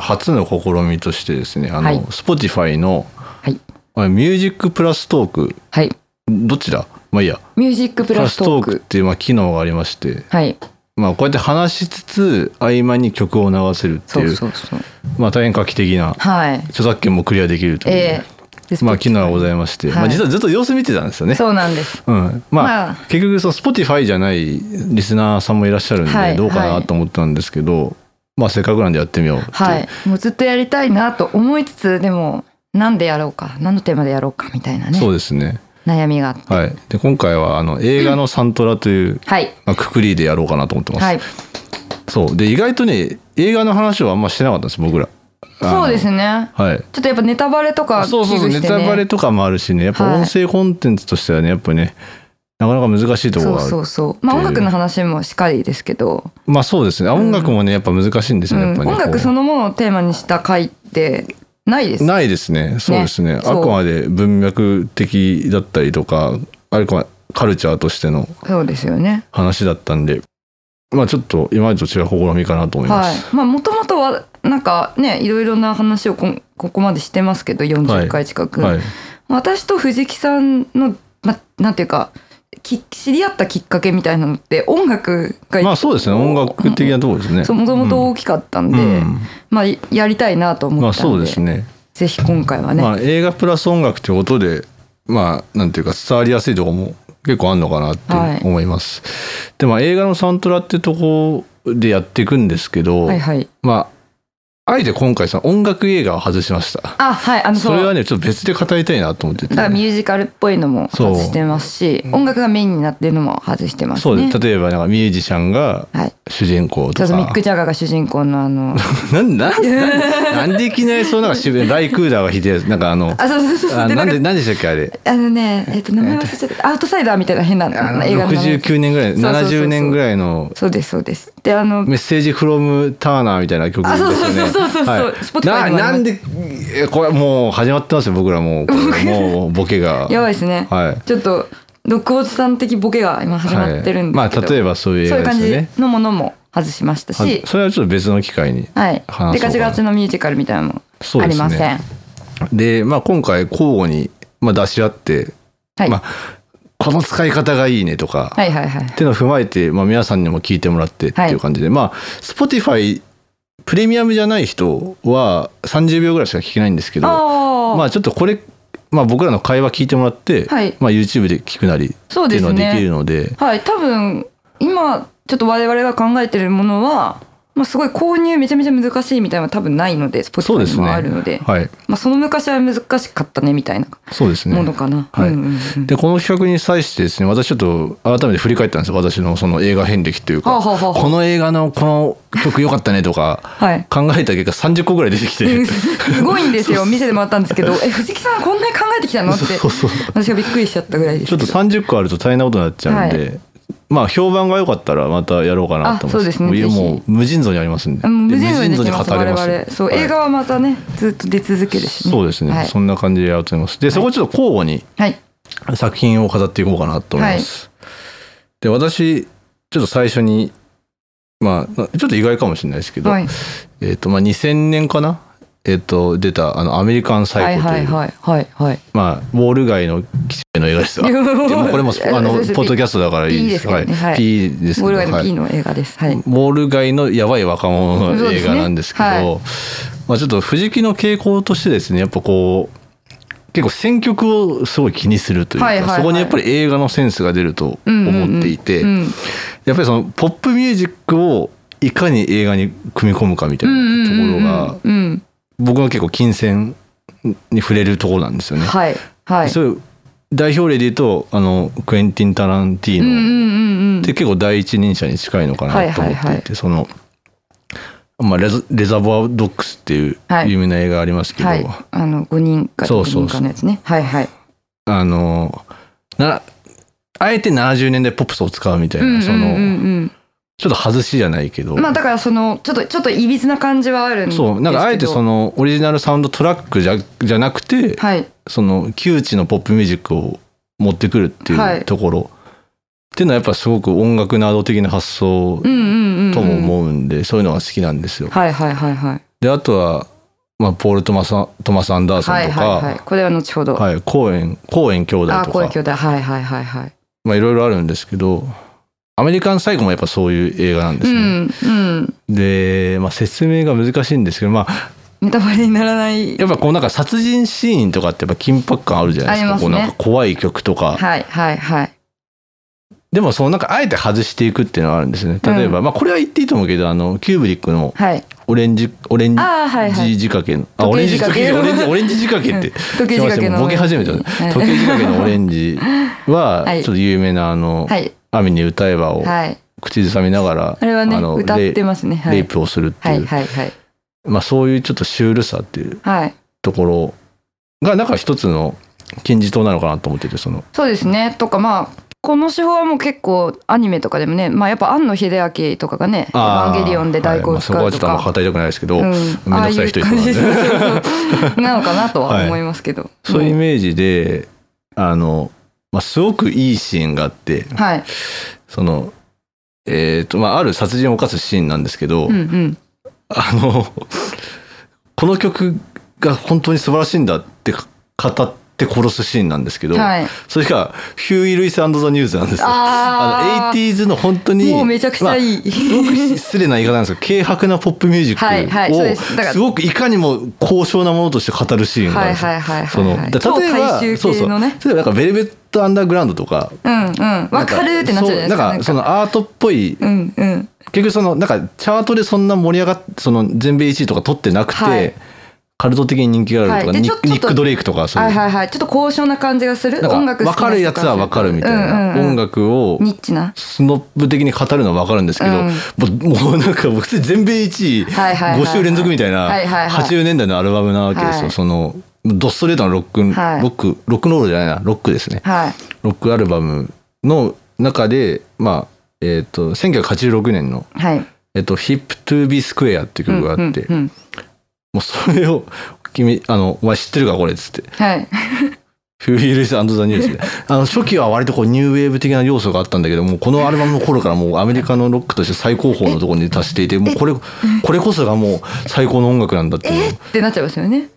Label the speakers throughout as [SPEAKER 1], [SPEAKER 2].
[SPEAKER 1] 初の試みとしてですね、あの、
[SPEAKER 2] はい
[SPEAKER 1] Spotify の、
[SPEAKER 2] はい
[SPEAKER 1] あれミュージックプラストーク、
[SPEAKER 2] はい。
[SPEAKER 1] どっちだまあいいや、
[SPEAKER 2] ミュージックプ
[SPEAKER 1] プ
[SPEAKER 2] ラ
[SPEAKER 1] ラ
[SPEAKER 2] ス
[SPEAKER 1] スト
[SPEAKER 2] トー
[SPEAKER 1] ークっ
[SPEAKER 2] ク。
[SPEAKER 1] ていうまあ機能がありまして、
[SPEAKER 2] はい。
[SPEAKER 1] まあこうやって話しつつ、合間に曲を流せるって
[SPEAKER 2] そ
[SPEAKER 1] いう、
[SPEAKER 2] うそうそう。
[SPEAKER 1] まあ大変画期的な、
[SPEAKER 2] はい。
[SPEAKER 1] 著作権もクリアできるという、
[SPEAKER 2] えーで
[SPEAKER 1] まあ機能がございまして、ま
[SPEAKER 2] は
[SPEAKER 1] あ
[SPEAKER 2] い
[SPEAKER 1] 実はずっと様子見てたんですよね。
[SPEAKER 2] そうなんです。
[SPEAKER 1] うん、まあ、
[SPEAKER 2] まあ
[SPEAKER 1] 結局その Spotify じゃないリスナーさんもいらっしゃるんで、
[SPEAKER 2] はい
[SPEAKER 1] どうかなと思ったんですけど、まあせっかくなんでやってみようっていう
[SPEAKER 2] はい。もうずっとやりたいなと思いつつ、でも、なんでやろうか、何のテーマでやろうかみたいなね、
[SPEAKER 1] そうですね。
[SPEAKER 2] 悩みがあって。
[SPEAKER 1] はい。で今回はあの映画のサントラという、
[SPEAKER 2] はい。
[SPEAKER 1] まあ、くくりでやろうかなと思ってます。
[SPEAKER 2] はい。
[SPEAKER 1] そうで意外とね映画の話をあんましてなかったんです僕ら。あの
[SPEAKER 2] そうですね。
[SPEAKER 1] はい。
[SPEAKER 2] ちょっとやっぱネタバレとか
[SPEAKER 1] そうそうそう、
[SPEAKER 2] 危惧し
[SPEAKER 1] ネ
[SPEAKER 2] てね
[SPEAKER 1] タバレとかもあるしねやっぱ
[SPEAKER 2] はい
[SPEAKER 1] 音声コンテンツとしてはねやっぱねなかなか難しいところがある
[SPEAKER 2] そうそうそうまあ音楽の話もしっかりですけど、
[SPEAKER 1] まあそうですねあ音楽もねやっぱ難しいんです
[SPEAKER 2] う
[SPEAKER 1] よね、や
[SPEAKER 2] ん
[SPEAKER 1] っぱね
[SPEAKER 2] 音
[SPEAKER 1] こ
[SPEAKER 2] 楽
[SPEAKER 1] う
[SPEAKER 2] そのものをテーマにした回ってないです
[SPEAKER 1] ないですね。そうですね。
[SPEAKER 2] ね
[SPEAKER 1] あくまで文脈的だったりとか、あるかカルチャーとしての
[SPEAKER 2] そうですよね
[SPEAKER 1] 話だったんで、まあちょっと今までと違う試みかなと思いま
[SPEAKER 2] は
[SPEAKER 1] す。
[SPEAKER 2] いまあもともとはなんかねいろいろな話をこんここまでしてますけど
[SPEAKER 1] はい
[SPEAKER 2] 40回近く、
[SPEAKER 1] はい。
[SPEAKER 2] 私と藤木さんの、ま、なんていうかき知り合ったきっかけみたいなのって音楽が
[SPEAKER 1] まあそうですね。音楽 的なところですね。
[SPEAKER 2] もともと大きかったんで、
[SPEAKER 1] うん
[SPEAKER 2] まあやりたいなと思
[SPEAKER 1] まあ
[SPEAKER 2] ったんで,、
[SPEAKER 1] そうですね。
[SPEAKER 2] ぜひ今回はね、
[SPEAKER 1] まあ映画プラス音楽ってことで、まあなんていうか伝わりやすいところも結構あんのかなって思います。でまあ映画のサントラってとこでやっていくんですけど、
[SPEAKER 2] はいはい
[SPEAKER 1] まああえて今回さ音楽映画を外しました。
[SPEAKER 2] あはいあの
[SPEAKER 1] それ
[SPEAKER 2] そう
[SPEAKER 1] はねちょっと別で語りたいなと思ってて
[SPEAKER 2] だからミュージカルっぽいのも
[SPEAKER 1] そう
[SPEAKER 2] 外してますし、音楽がメインになってるのも外してますね。
[SPEAKER 1] そうです例えばなんかミュージシャンが
[SPEAKER 2] はい。
[SPEAKER 1] 主人公
[SPEAKER 2] ち
[SPEAKER 1] と
[SPEAKER 2] ょっと
[SPEAKER 1] か
[SPEAKER 2] ミック・ジャガーが主人公の あの、
[SPEAKER 1] なんなんなんなんでいきなりそうなんか渋いライクーダーがひでえなんかあの
[SPEAKER 2] あ、そうそうそうそう。
[SPEAKER 1] あ
[SPEAKER 2] で
[SPEAKER 1] なんで
[SPEAKER 2] か
[SPEAKER 1] なんでしたっけあれ
[SPEAKER 2] あのね、えっと、名前忘れちゃった。アウトサイダーみたいな変な
[SPEAKER 1] あの
[SPEAKER 2] 映画の名前。
[SPEAKER 1] 69年ぐらい
[SPEAKER 2] そうそうそうそう
[SPEAKER 1] 70年ぐらいの
[SPEAKER 2] そうです、そうです。で、あの、
[SPEAKER 1] メッセージフロムターナーみたいな曲ですよね
[SPEAKER 2] あそうそうそうそうそう
[SPEAKER 1] はい
[SPEAKER 2] Spotify にも
[SPEAKER 1] な
[SPEAKER 2] あ
[SPEAKER 1] な
[SPEAKER 2] り
[SPEAKER 1] んでえこれもう始まってますよ僕らもうこれもうボケが
[SPEAKER 2] やばいですね。
[SPEAKER 1] はい
[SPEAKER 2] ちょっと、ドクオさん的ボケが今始まってるんですけど、
[SPEAKER 1] はい、まあ例えばそういう映
[SPEAKER 2] そういう
[SPEAKER 1] 画で
[SPEAKER 2] 感
[SPEAKER 1] すよ
[SPEAKER 2] じ
[SPEAKER 1] ね
[SPEAKER 2] のものも外しましたし
[SPEAKER 1] は、それはちょっと別の機会に
[SPEAKER 2] はい
[SPEAKER 1] 話そうか。
[SPEAKER 2] で、ガチガチのミュージカルみたいなのも
[SPEAKER 1] そう
[SPEAKER 2] あ
[SPEAKER 1] で
[SPEAKER 2] り
[SPEAKER 1] すね
[SPEAKER 2] ません。
[SPEAKER 1] で、まあ、今回交互に、まあ、出し合って、
[SPEAKER 2] はい。
[SPEAKER 1] まあ、この使い方がいいねとか、
[SPEAKER 2] はいはいはい
[SPEAKER 1] っ。ていうのを踏まえて、まあ、皆さんにも聞いてもらってって
[SPEAKER 2] はい
[SPEAKER 1] いう感じで、まあ Spotify プレミアムじゃない人は30秒ぐらいしか聞けないんですけど
[SPEAKER 2] ああ。
[SPEAKER 1] まあちょっとこれ、まあ、僕らの会話聞いてもらって、
[SPEAKER 2] はい
[SPEAKER 1] まあ、YouTube で聞くなりって
[SPEAKER 2] そう
[SPEAKER 1] い
[SPEAKER 2] で
[SPEAKER 1] う
[SPEAKER 2] す
[SPEAKER 1] の
[SPEAKER 2] ね
[SPEAKER 1] ができるので。
[SPEAKER 2] はい、多分今ちょっと我々が考えてるものは、まあ、すごい購入めちゃめちゃ難しいみたいなのは多分ないので
[SPEAKER 1] そうで
[SPEAKER 2] Spotify に
[SPEAKER 1] すね。
[SPEAKER 2] もあるので
[SPEAKER 1] はい。
[SPEAKER 2] まあ、その昔は難しかったねみたいな
[SPEAKER 1] そうですね。
[SPEAKER 2] ものかな。
[SPEAKER 1] はい
[SPEAKER 2] うんうんうん
[SPEAKER 1] でこの企画に際してですね私ちょっと改めて振り返ったんですよ私のその映画遍歴というか、
[SPEAKER 2] はあはあはあはあ
[SPEAKER 1] この映画のこの曲良かったねとか
[SPEAKER 2] はい
[SPEAKER 1] 考えた結果30個ぐらい出てきて、
[SPEAKER 2] うんすごいんですよ見せてもらったんですけど「え藤木さんこんなに考えてきたの?」って
[SPEAKER 1] そうそう
[SPEAKER 2] 私がびっくりしちゃったぐらいです
[SPEAKER 1] ちょっと30個あると大変なことになっちゃうんで、
[SPEAKER 2] は
[SPEAKER 1] まあ評判が良かったらまたやろうかなと思
[SPEAKER 2] あ
[SPEAKER 1] い
[SPEAKER 2] そう
[SPEAKER 1] ま
[SPEAKER 2] ですすね
[SPEAKER 1] もういや
[SPEAKER 2] ぜひ
[SPEAKER 1] もう無尽蔵にありますんで
[SPEAKER 2] あの無尽蔵にでき
[SPEAKER 1] で
[SPEAKER 2] ます
[SPEAKER 1] 無
[SPEAKER 2] 我
[SPEAKER 1] 尽蔵に語れ
[SPEAKER 2] 々そう、
[SPEAKER 1] はい
[SPEAKER 2] 映画はまたねずっと出続けるし、ね、
[SPEAKER 1] そうですね、
[SPEAKER 2] はい
[SPEAKER 1] そんな感じでやろうと思いますでそこをちょっと交互に
[SPEAKER 2] はい
[SPEAKER 1] 作品を飾っていこうかなと思います、で私ちょっと最初にまあちょっと意外かもしれないですけど、
[SPEAKER 2] はい
[SPEAKER 1] えっ、と、まあ、2000年かなえっ、と、出た、あの、アメリカン
[SPEAKER 2] は
[SPEAKER 1] サイ
[SPEAKER 2] い
[SPEAKER 1] コという、
[SPEAKER 2] はいはいはいはい
[SPEAKER 1] まあ、ウォール街の基地の映画ですが。でも これもス、あの、ポッドキャストだからいいです。
[SPEAKER 2] いいですけどねはい
[SPEAKER 1] P ですけ
[SPEAKER 2] ウォ
[SPEAKER 1] ど
[SPEAKER 2] ール街の
[SPEAKER 1] はい
[SPEAKER 2] P の映画です。はい。
[SPEAKER 1] ウォール街のやばい若者
[SPEAKER 2] そ
[SPEAKER 1] の
[SPEAKER 2] うで
[SPEAKER 1] 映
[SPEAKER 2] すね
[SPEAKER 1] 画なんですけど、
[SPEAKER 2] はい
[SPEAKER 1] まあ、ちょっと藤木の傾向としてですね、やっぱこう、結構選曲をすごい気にするというか、
[SPEAKER 2] はいはいはい
[SPEAKER 1] そこにやっぱり映画のセンスが出ると思っていて、
[SPEAKER 2] うんうん
[SPEAKER 1] やっぱりそのポップミュージックをいかに映画に組み込むかみたいなところが、
[SPEAKER 2] うんうん
[SPEAKER 1] 僕は結構金銭に触れるところなんですよね。
[SPEAKER 2] はいはい。
[SPEAKER 1] そういう代表例で言うとあのクエンティン・タランティー
[SPEAKER 2] うんうん
[SPEAKER 1] ノ
[SPEAKER 2] うんうん
[SPEAKER 1] って結構第一人者に近いのか
[SPEAKER 2] はい
[SPEAKER 1] なと
[SPEAKER 2] は
[SPEAKER 1] 思っ
[SPEAKER 2] い
[SPEAKER 1] ていて、
[SPEAKER 2] はい
[SPEAKER 1] その、まあ、レザレザボア・ドックスっていう
[SPEAKER 2] はい
[SPEAKER 1] 有名な映画ありますけど、
[SPEAKER 2] はい。あの五人か
[SPEAKER 1] そ
[SPEAKER 2] 六
[SPEAKER 1] うそうそう
[SPEAKER 2] 人かのやつね。はいはい。
[SPEAKER 1] あのなあえて70年代ポップスを使うみたいな、
[SPEAKER 2] うんうんう
[SPEAKER 1] その
[SPEAKER 2] ん
[SPEAKER 1] ちょっと外しじゃないけど、
[SPEAKER 2] うん。まあだからそのちょっとちょっといびつな感じはあるんですけど。
[SPEAKER 1] そうなんかあえてそのオリジナルサウンドトラックじゃじゃなくて、
[SPEAKER 2] はい
[SPEAKER 1] その窮地のポップミュージックを持ってくるって
[SPEAKER 2] はいいう
[SPEAKER 1] ところ、っていうのはやっぱすごく音楽など的な発想
[SPEAKER 2] うんうんうんうん。
[SPEAKER 1] とも思うんで、そういうのが好きなんですよ。
[SPEAKER 2] はいはいはいはい。
[SPEAKER 1] であとは、まあ、ポール・トマサトマス・アンダーソ
[SPEAKER 2] はい
[SPEAKER 1] ンとか、
[SPEAKER 2] はいはいこれは後ほど、
[SPEAKER 1] はい、コーエン、コーエン兄弟
[SPEAKER 2] ああ
[SPEAKER 1] と
[SPEAKER 2] 声
[SPEAKER 1] か、
[SPEAKER 2] 兄弟はいはいはいはい、
[SPEAKER 1] まあいろいろあるんですけど、アメリカン最後もやっぱそういう映画なんで
[SPEAKER 2] う
[SPEAKER 1] すね。
[SPEAKER 2] んうん
[SPEAKER 1] で、まあ説明が難しいんですけど、まあ
[SPEAKER 2] ネタバレにならない
[SPEAKER 1] やっぱこうなんか殺人シーンとかってやっぱ緊迫感あるじゃないですか。
[SPEAKER 2] あります
[SPEAKER 1] こう
[SPEAKER 2] ね
[SPEAKER 1] なんか怖い曲とか。
[SPEAKER 2] はいはいはい
[SPEAKER 1] でもそのなんかあえて外していくっていうのはあるんですね。例えば、まあこれは言っていいと思うけど、あの、キューブリックの
[SPEAKER 2] はい
[SPEAKER 1] オレンジ、オレンジ
[SPEAKER 2] ああはいはい
[SPEAKER 1] 仕掛けの、あ、
[SPEAKER 2] 時
[SPEAKER 1] オレン
[SPEAKER 2] 計
[SPEAKER 1] ジ
[SPEAKER 2] 仕
[SPEAKER 1] 仕掛
[SPEAKER 2] 掛
[SPEAKER 1] け、
[SPEAKER 2] け
[SPEAKER 1] オレンジ、オ レンジ仕掛けって。
[SPEAKER 2] 時計仕掛け
[SPEAKER 1] すいません
[SPEAKER 2] の
[SPEAKER 1] ボケ始めたね
[SPEAKER 2] はい
[SPEAKER 1] 時計仕掛けのオレンジは、
[SPEAKER 2] はい
[SPEAKER 1] ちょっと有名なあの、
[SPEAKER 2] はい
[SPEAKER 1] 雨に歌えばを
[SPEAKER 2] はい
[SPEAKER 1] 口ずさみながら
[SPEAKER 2] あれはね
[SPEAKER 1] の
[SPEAKER 2] 歌って
[SPEAKER 1] レイ
[SPEAKER 2] ますねは
[SPEAKER 1] レイ
[SPEAKER 2] い
[SPEAKER 1] プをするって、
[SPEAKER 2] はいいうはいはい
[SPEAKER 1] まあ、そういうちょっとシュールさっていう
[SPEAKER 2] はい
[SPEAKER 1] ところがなんか一つの金字塔なのかなと思っててその
[SPEAKER 2] そうですねとかまあこの手法はもう結構アニメとかでもねまあやっぱ庵野秀明とかがね「エヴァ
[SPEAKER 1] あー
[SPEAKER 2] ンゲリオン」で
[SPEAKER 1] は
[SPEAKER 2] 大
[SPEAKER 1] いま
[SPEAKER 2] 根
[SPEAKER 1] あ、そ
[SPEAKER 2] 使
[SPEAKER 1] こは
[SPEAKER 2] う
[SPEAKER 1] ちょ
[SPEAKER 2] と
[SPEAKER 1] っとあんま
[SPEAKER 2] か
[SPEAKER 1] 語りたくないですけど、
[SPEAKER 2] うん
[SPEAKER 1] ごめんなさい人いたらね
[SPEAKER 2] ああいう感じそうそうそうなのかなとは思いますけど
[SPEAKER 1] そういうイメージであの、まあ、すごくいいシーンがあって
[SPEAKER 2] はい
[SPEAKER 1] そのえっ、とまあある殺人を犯すシーンなんですけど、
[SPEAKER 2] うんうん
[SPEAKER 1] あのこの曲が本当に素晴らしいんだって語って殺すシーンなんですけど、
[SPEAKER 2] はい
[SPEAKER 1] それがヒューイ・ルイスザ・ニュースなんですよ。
[SPEAKER 2] あ
[SPEAKER 1] の
[SPEAKER 2] ー
[SPEAKER 1] 80s の本当に
[SPEAKER 2] もうめちゃくちゃいい
[SPEAKER 1] まあすごく失礼な言い方なんですけど軽薄なポップミュージックを、
[SPEAKER 2] はいはいそうですだから
[SPEAKER 1] すごくいかにも高尚なものとして語るシーンがあるんですよ
[SPEAKER 2] はいはいはいはいはい
[SPEAKER 1] そのだから例えば
[SPEAKER 2] 超大衆
[SPEAKER 1] そうそ
[SPEAKER 2] 系
[SPEAKER 1] う
[SPEAKER 2] のね
[SPEAKER 1] 例えばなんか「ベルベット・アンダーグラウンド」とか。
[SPEAKER 2] うんうんわかるってなっちゃうじゃな
[SPEAKER 1] なん
[SPEAKER 2] いですか
[SPEAKER 1] かそうなんかそのアートっぽい
[SPEAKER 2] うんうん
[SPEAKER 1] 結局そのなんかチャートでそんな盛り上がってその全米1位とか取ってなくて、
[SPEAKER 2] はい
[SPEAKER 1] カルト的に人気があるとか、
[SPEAKER 2] はいで
[SPEAKER 1] ニ
[SPEAKER 2] ちょ
[SPEAKER 1] ックニ
[SPEAKER 2] ちょっ
[SPEAKER 1] ッ
[SPEAKER 2] と
[SPEAKER 1] ク・ドレイクとかそういう、
[SPEAKER 2] はいはいはいちょっと高尚な感じがする音
[SPEAKER 1] なん
[SPEAKER 2] 楽
[SPEAKER 1] か
[SPEAKER 2] 好きな
[SPEAKER 1] 分か
[SPEAKER 2] 人
[SPEAKER 1] るやつは分かるみたいな、
[SPEAKER 2] うんうんうん
[SPEAKER 1] 音楽を
[SPEAKER 2] ニッチな
[SPEAKER 1] スノップ的に語るのは分かるんですけど、もうもうなんか僕全米1位
[SPEAKER 2] はいはいはい
[SPEAKER 1] 5週連続みたいな
[SPEAKER 2] はいはいはい
[SPEAKER 1] 80年代のアルバムなわけですよ、
[SPEAKER 2] はい
[SPEAKER 1] そのドストレートのロックン、
[SPEAKER 2] はい
[SPEAKER 1] ロックロックノールじゃないなロックですね
[SPEAKER 2] はい
[SPEAKER 1] ロックアルバムの中でまあえっ、と1986年の
[SPEAKER 2] はい
[SPEAKER 1] 「えっと Hip to be Square」っていう曲があって、
[SPEAKER 2] うんうんうん
[SPEAKER 1] もうそれを「君あのお前知ってるかこれ」っつって
[SPEAKER 2] はい
[SPEAKER 1] フィールスザ・ニュースで。あの、初期は割とこう、ニューウェーブ的な要素があったんだけども、このアルバムの頃からもうアメリカのロックとして最高峰のところに達していて、もうこれ、これこそがもう最高の音楽なんだってい
[SPEAKER 2] え
[SPEAKER 1] う。
[SPEAKER 2] ーってなっちゃいますよね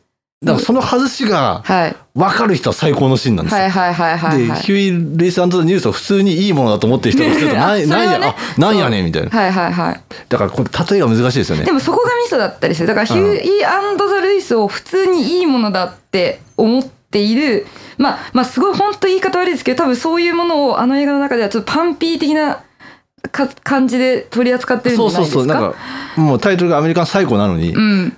[SPEAKER 1] だからその外しが、
[SPEAKER 2] はい
[SPEAKER 1] 分かる人は最高のシーンなんですよ。
[SPEAKER 2] はいはいはいはい
[SPEAKER 1] で、
[SPEAKER 2] はい
[SPEAKER 1] ヒューイ・ルイス・ザ・ニュースを普通にいいものだと思ってる人がすると、
[SPEAKER 2] ねえ
[SPEAKER 1] な
[SPEAKER 2] あ
[SPEAKER 1] ん
[SPEAKER 2] そ
[SPEAKER 1] なん
[SPEAKER 2] れは
[SPEAKER 1] や、
[SPEAKER 2] ね
[SPEAKER 1] あ、なんやねんみたいな。
[SPEAKER 2] はいはいはい
[SPEAKER 1] だから、これ、例えが難しいですよ
[SPEAKER 2] で
[SPEAKER 1] ね。
[SPEAKER 2] もそこがミソだったりするだからヒューイーザ・ルイスを普通にいいものだって思っているまあまあすごい本当言い方悪いですけど多分そういうものをあの映画の中ではちょっとパンピー的なか感じで取り扱ってるん
[SPEAKER 1] そ
[SPEAKER 2] じゃ
[SPEAKER 1] う
[SPEAKER 2] ない
[SPEAKER 1] そう
[SPEAKER 2] ですか
[SPEAKER 1] そう。なんか、もうタイトルがアメリカン最高なのに、
[SPEAKER 2] うん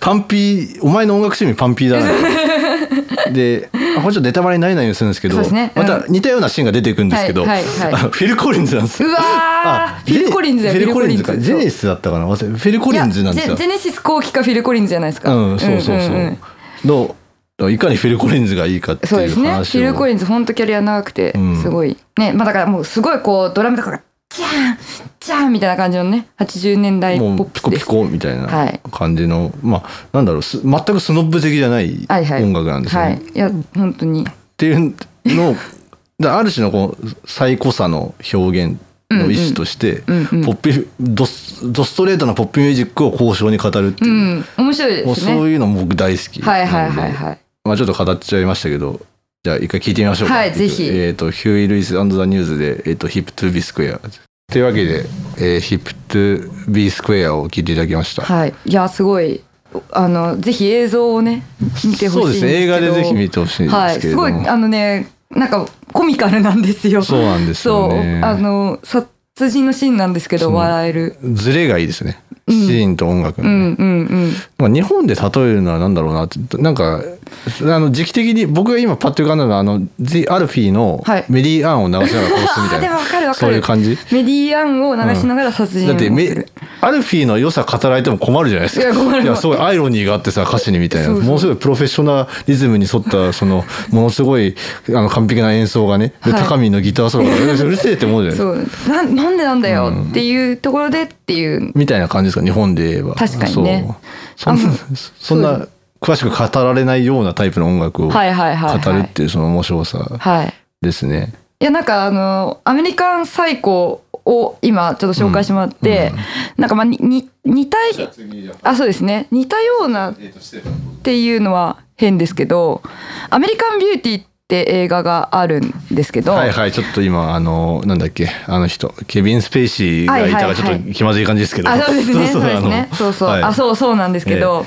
[SPEAKER 1] パンピー、お前の音楽趣味パンピーだな。 で、あこれちょっとネタバレになれないようにするんですけ
[SPEAKER 2] そう
[SPEAKER 1] ど、
[SPEAKER 2] ですねうん
[SPEAKER 1] また似たようなシーンが出てくるんですけど、
[SPEAKER 2] はいはいはい
[SPEAKER 1] あフィル・コリンズなんです
[SPEAKER 2] う
[SPEAKER 1] よ。
[SPEAKER 2] わーフィル・コリンズだ
[SPEAKER 1] だフ
[SPEAKER 2] よ
[SPEAKER 1] ィル・コリンズか。
[SPEAKER 2] そう
[SPEAKER 1] ジェネシスだったかな忘れフィル・コリンズなんです
[SPEAKER 2] いや
[SPEAKER 1] よ
[SPEAKER 2] ジェ。ジェネシス後期かフィル・コリンズじゃないですか
[SPEAKER 1] うん、そうそうそう。
[SPEAKER 2] んんん
[SPEAKER 1] のいかにフィル・コリンズがいいかって
[SPEAKER 2] そう
[SPEAKER 1] い
[SPEAKER 2] で
[SPEAKER 1] う
[SPEAKER 2] すねフ
[SPEAKER 1] 話
[SPEAKER 2] ィル・
[SPEAKER 1] を。
[SPEAKER 2] コリンズほんとキャリア長くて
[SPEAKER 1] うん
[SPEAKER 2] すごい、ねまあだからもうすごいこうドラムとかがジャーンジャーンみたいな感じのね80年代ポ
[SPEAKER 1] も
[SPEAKER 2] ッ
[SPEAKER 1] う
[SPEAKER 2] プ
[SPEAKER 1] ピ
[SPEAKER 2] ス
[SPEAKER 1] コ
[SPEAKER 2] で
[SPEAKER 1] ピ
[SPEAKER 2] す
[SPEAKER 1] コみたい
[SPEAKER 2] はい
[SPEAKER 1] な感じの、まあなんだろうす全くスノップ的じゃない
[SPEAKER 2] はいはい
[SPEAKER 1] 音楽なんですよね。
[SPEAKER 2] はいいや本当に
[SPEAKER 1] っていうのをだある種のこう最古さの表現の一種としてポ
[SPEAKER 2] うんうんうんうん
[SPEAKER 1] ップドスドストレートなポップミュージックを交渉に語るって
[SPEAKER 2] う
[SPEAKER 1] いう,、
[SPEAKER 2] ん面白い
[SPEAKER 1] も
[SPEAKER 2] で
[SPEAKER 1] う
[SPEAKER 2] すね
[SPEAKER 1] そういうの僕大好き
[SPEAKER 2] はいは
[SPEAKER 1] な
[SPEAKER 2] いは
[SPEAKER 1] の
[SPEAKER 2] い
[SPEAKER 1] で
[SPEAKER 2] はい
[SPEAKER 1] まあ、ちょっと語っちゃいましたけどじゃあ一回聞いてみましょうか
[SPEAKER 2] はいぜひ
[SPEAKER 1] えっ、とヒューイ・ルイスザ・ニューズで「えー、と Hip to be Square」というわけで「えー、Hip to be Square」を聞いていただきました、
[SPEAKER 2] はいいやすごいあのぜひ映像をね見てほしいんですけど
[SPEAKER 1] そうですね映画でぜひ見てほしいんですけれども
[SPEAKER 2] はい、すごいあのねなんかコミカルなんですよ
[SPEAKER 1] そうなんですよね
[SPEAKER 2] そうあの殺人のシーンなんですけど
[SPEAKER 1] そう
[SPEAKER 2] 笑える
[SPEAKER 1] ズレがいいですねシーンと音楽の
[SPEAKER 2] う
[SPEAKER 1] ね、
[SPEAKER 2] んうんうん
[SPEAKER 1] まあ、日本で例えるのは何だろうなってなんかあの時期的に僕が今パッと浮かんだのはあの「The アルフィーの
[SPEAKER 2] はい
[SPEAKER 1] メリー・アンを流しながら殺すみ
[SPEAKER 2] あ
[SPEAKER 1] た
[SPEAKER 2] ー
[SPEAKER 1] い
[SPEAKER 2] で
[SPEAKER 1] な、
[SPEAKER 2] もわかるわか
[SPEAKER 1] そう
[SPEAKER 2] る
[SPEAKER 1] いう感じ
[SPEAKER 2] メディアンを流しながら殺人
[SPEAKER 1] だ
[SPEAKER 2] を
[SPEAKER 1] っ
[SPEAKER 2] す
[SPEAKER 1] て
[SPEAKER 2] る、
[SPEAKER 1] メアルフィーの良さ語られても困るじゃないですか
[SPEAKER 2] いや困る
[SPEAKER 1] いやすごいアイロニーがあってさ歌詞にみたいな
[SPEAKER 2] そうそう
[SPEAKER 1] ものすごいプロフェッショナリズムに沿ったそのものすごいあの完璧な演奏がねで
[SPEAKER 2] はい
[SPEAKER 1] 高見のギターソロがうるせえって思うじゃないですか
[SPEAKER 2] そうなんなんでなんだよっていうところでっていう、
[SPEAKER 1] みたいな感じですか日本で言えば
[SPEAKER 2] 確かにね
[SPEAKER 1] そうそん
[SPEAKER 2] あ
[SPEAKER 1] なそんな詳しく語られないようなタイプの音楽を語
[SPEAKER 2] はいはいはいはい
[SPEAKER 1] るっていうその面白さ
[SPEAKER 2] はい
[SPEAKER 1] ですね。
[SPEAKER 2] いやなんかあのアメリカンサイコを今ちょっと紹介してもらって、なんかまあにに似たい
[SPEAKER 1] 次じゃ
[SPEAKER 2] あそうですね似たようなっ
[SPEAKER 1] えっ、として
[SPEAKER 2] ていうのは変ですけど「アメリカン・ビューティー」って映画があるんですけど、
[SPEAKER 1] はいはいちょっと今あのなんだっけあの人ケビン・スペイシーがいた
[SPEAKER 2] は
[SPEAKER 1] ら
[SPEAKER 2] い
[SPEAKER 1] ち
[SPEAKER 2] はいは
[SPEAKER 1] ょ
[SPEAKER 2] い
[SPEAKER 1] っと気まずい感じですけど
[SPEAKER 2] あそうですねそうです
[SPEAKER 1] あ
[SPEAKER 2] ね
[SPEAKER 1] の
[SPEAKER 2] そうそう、
[SPEAKER 1] はい
[SPEAKER 2] あそうそうなんですけど、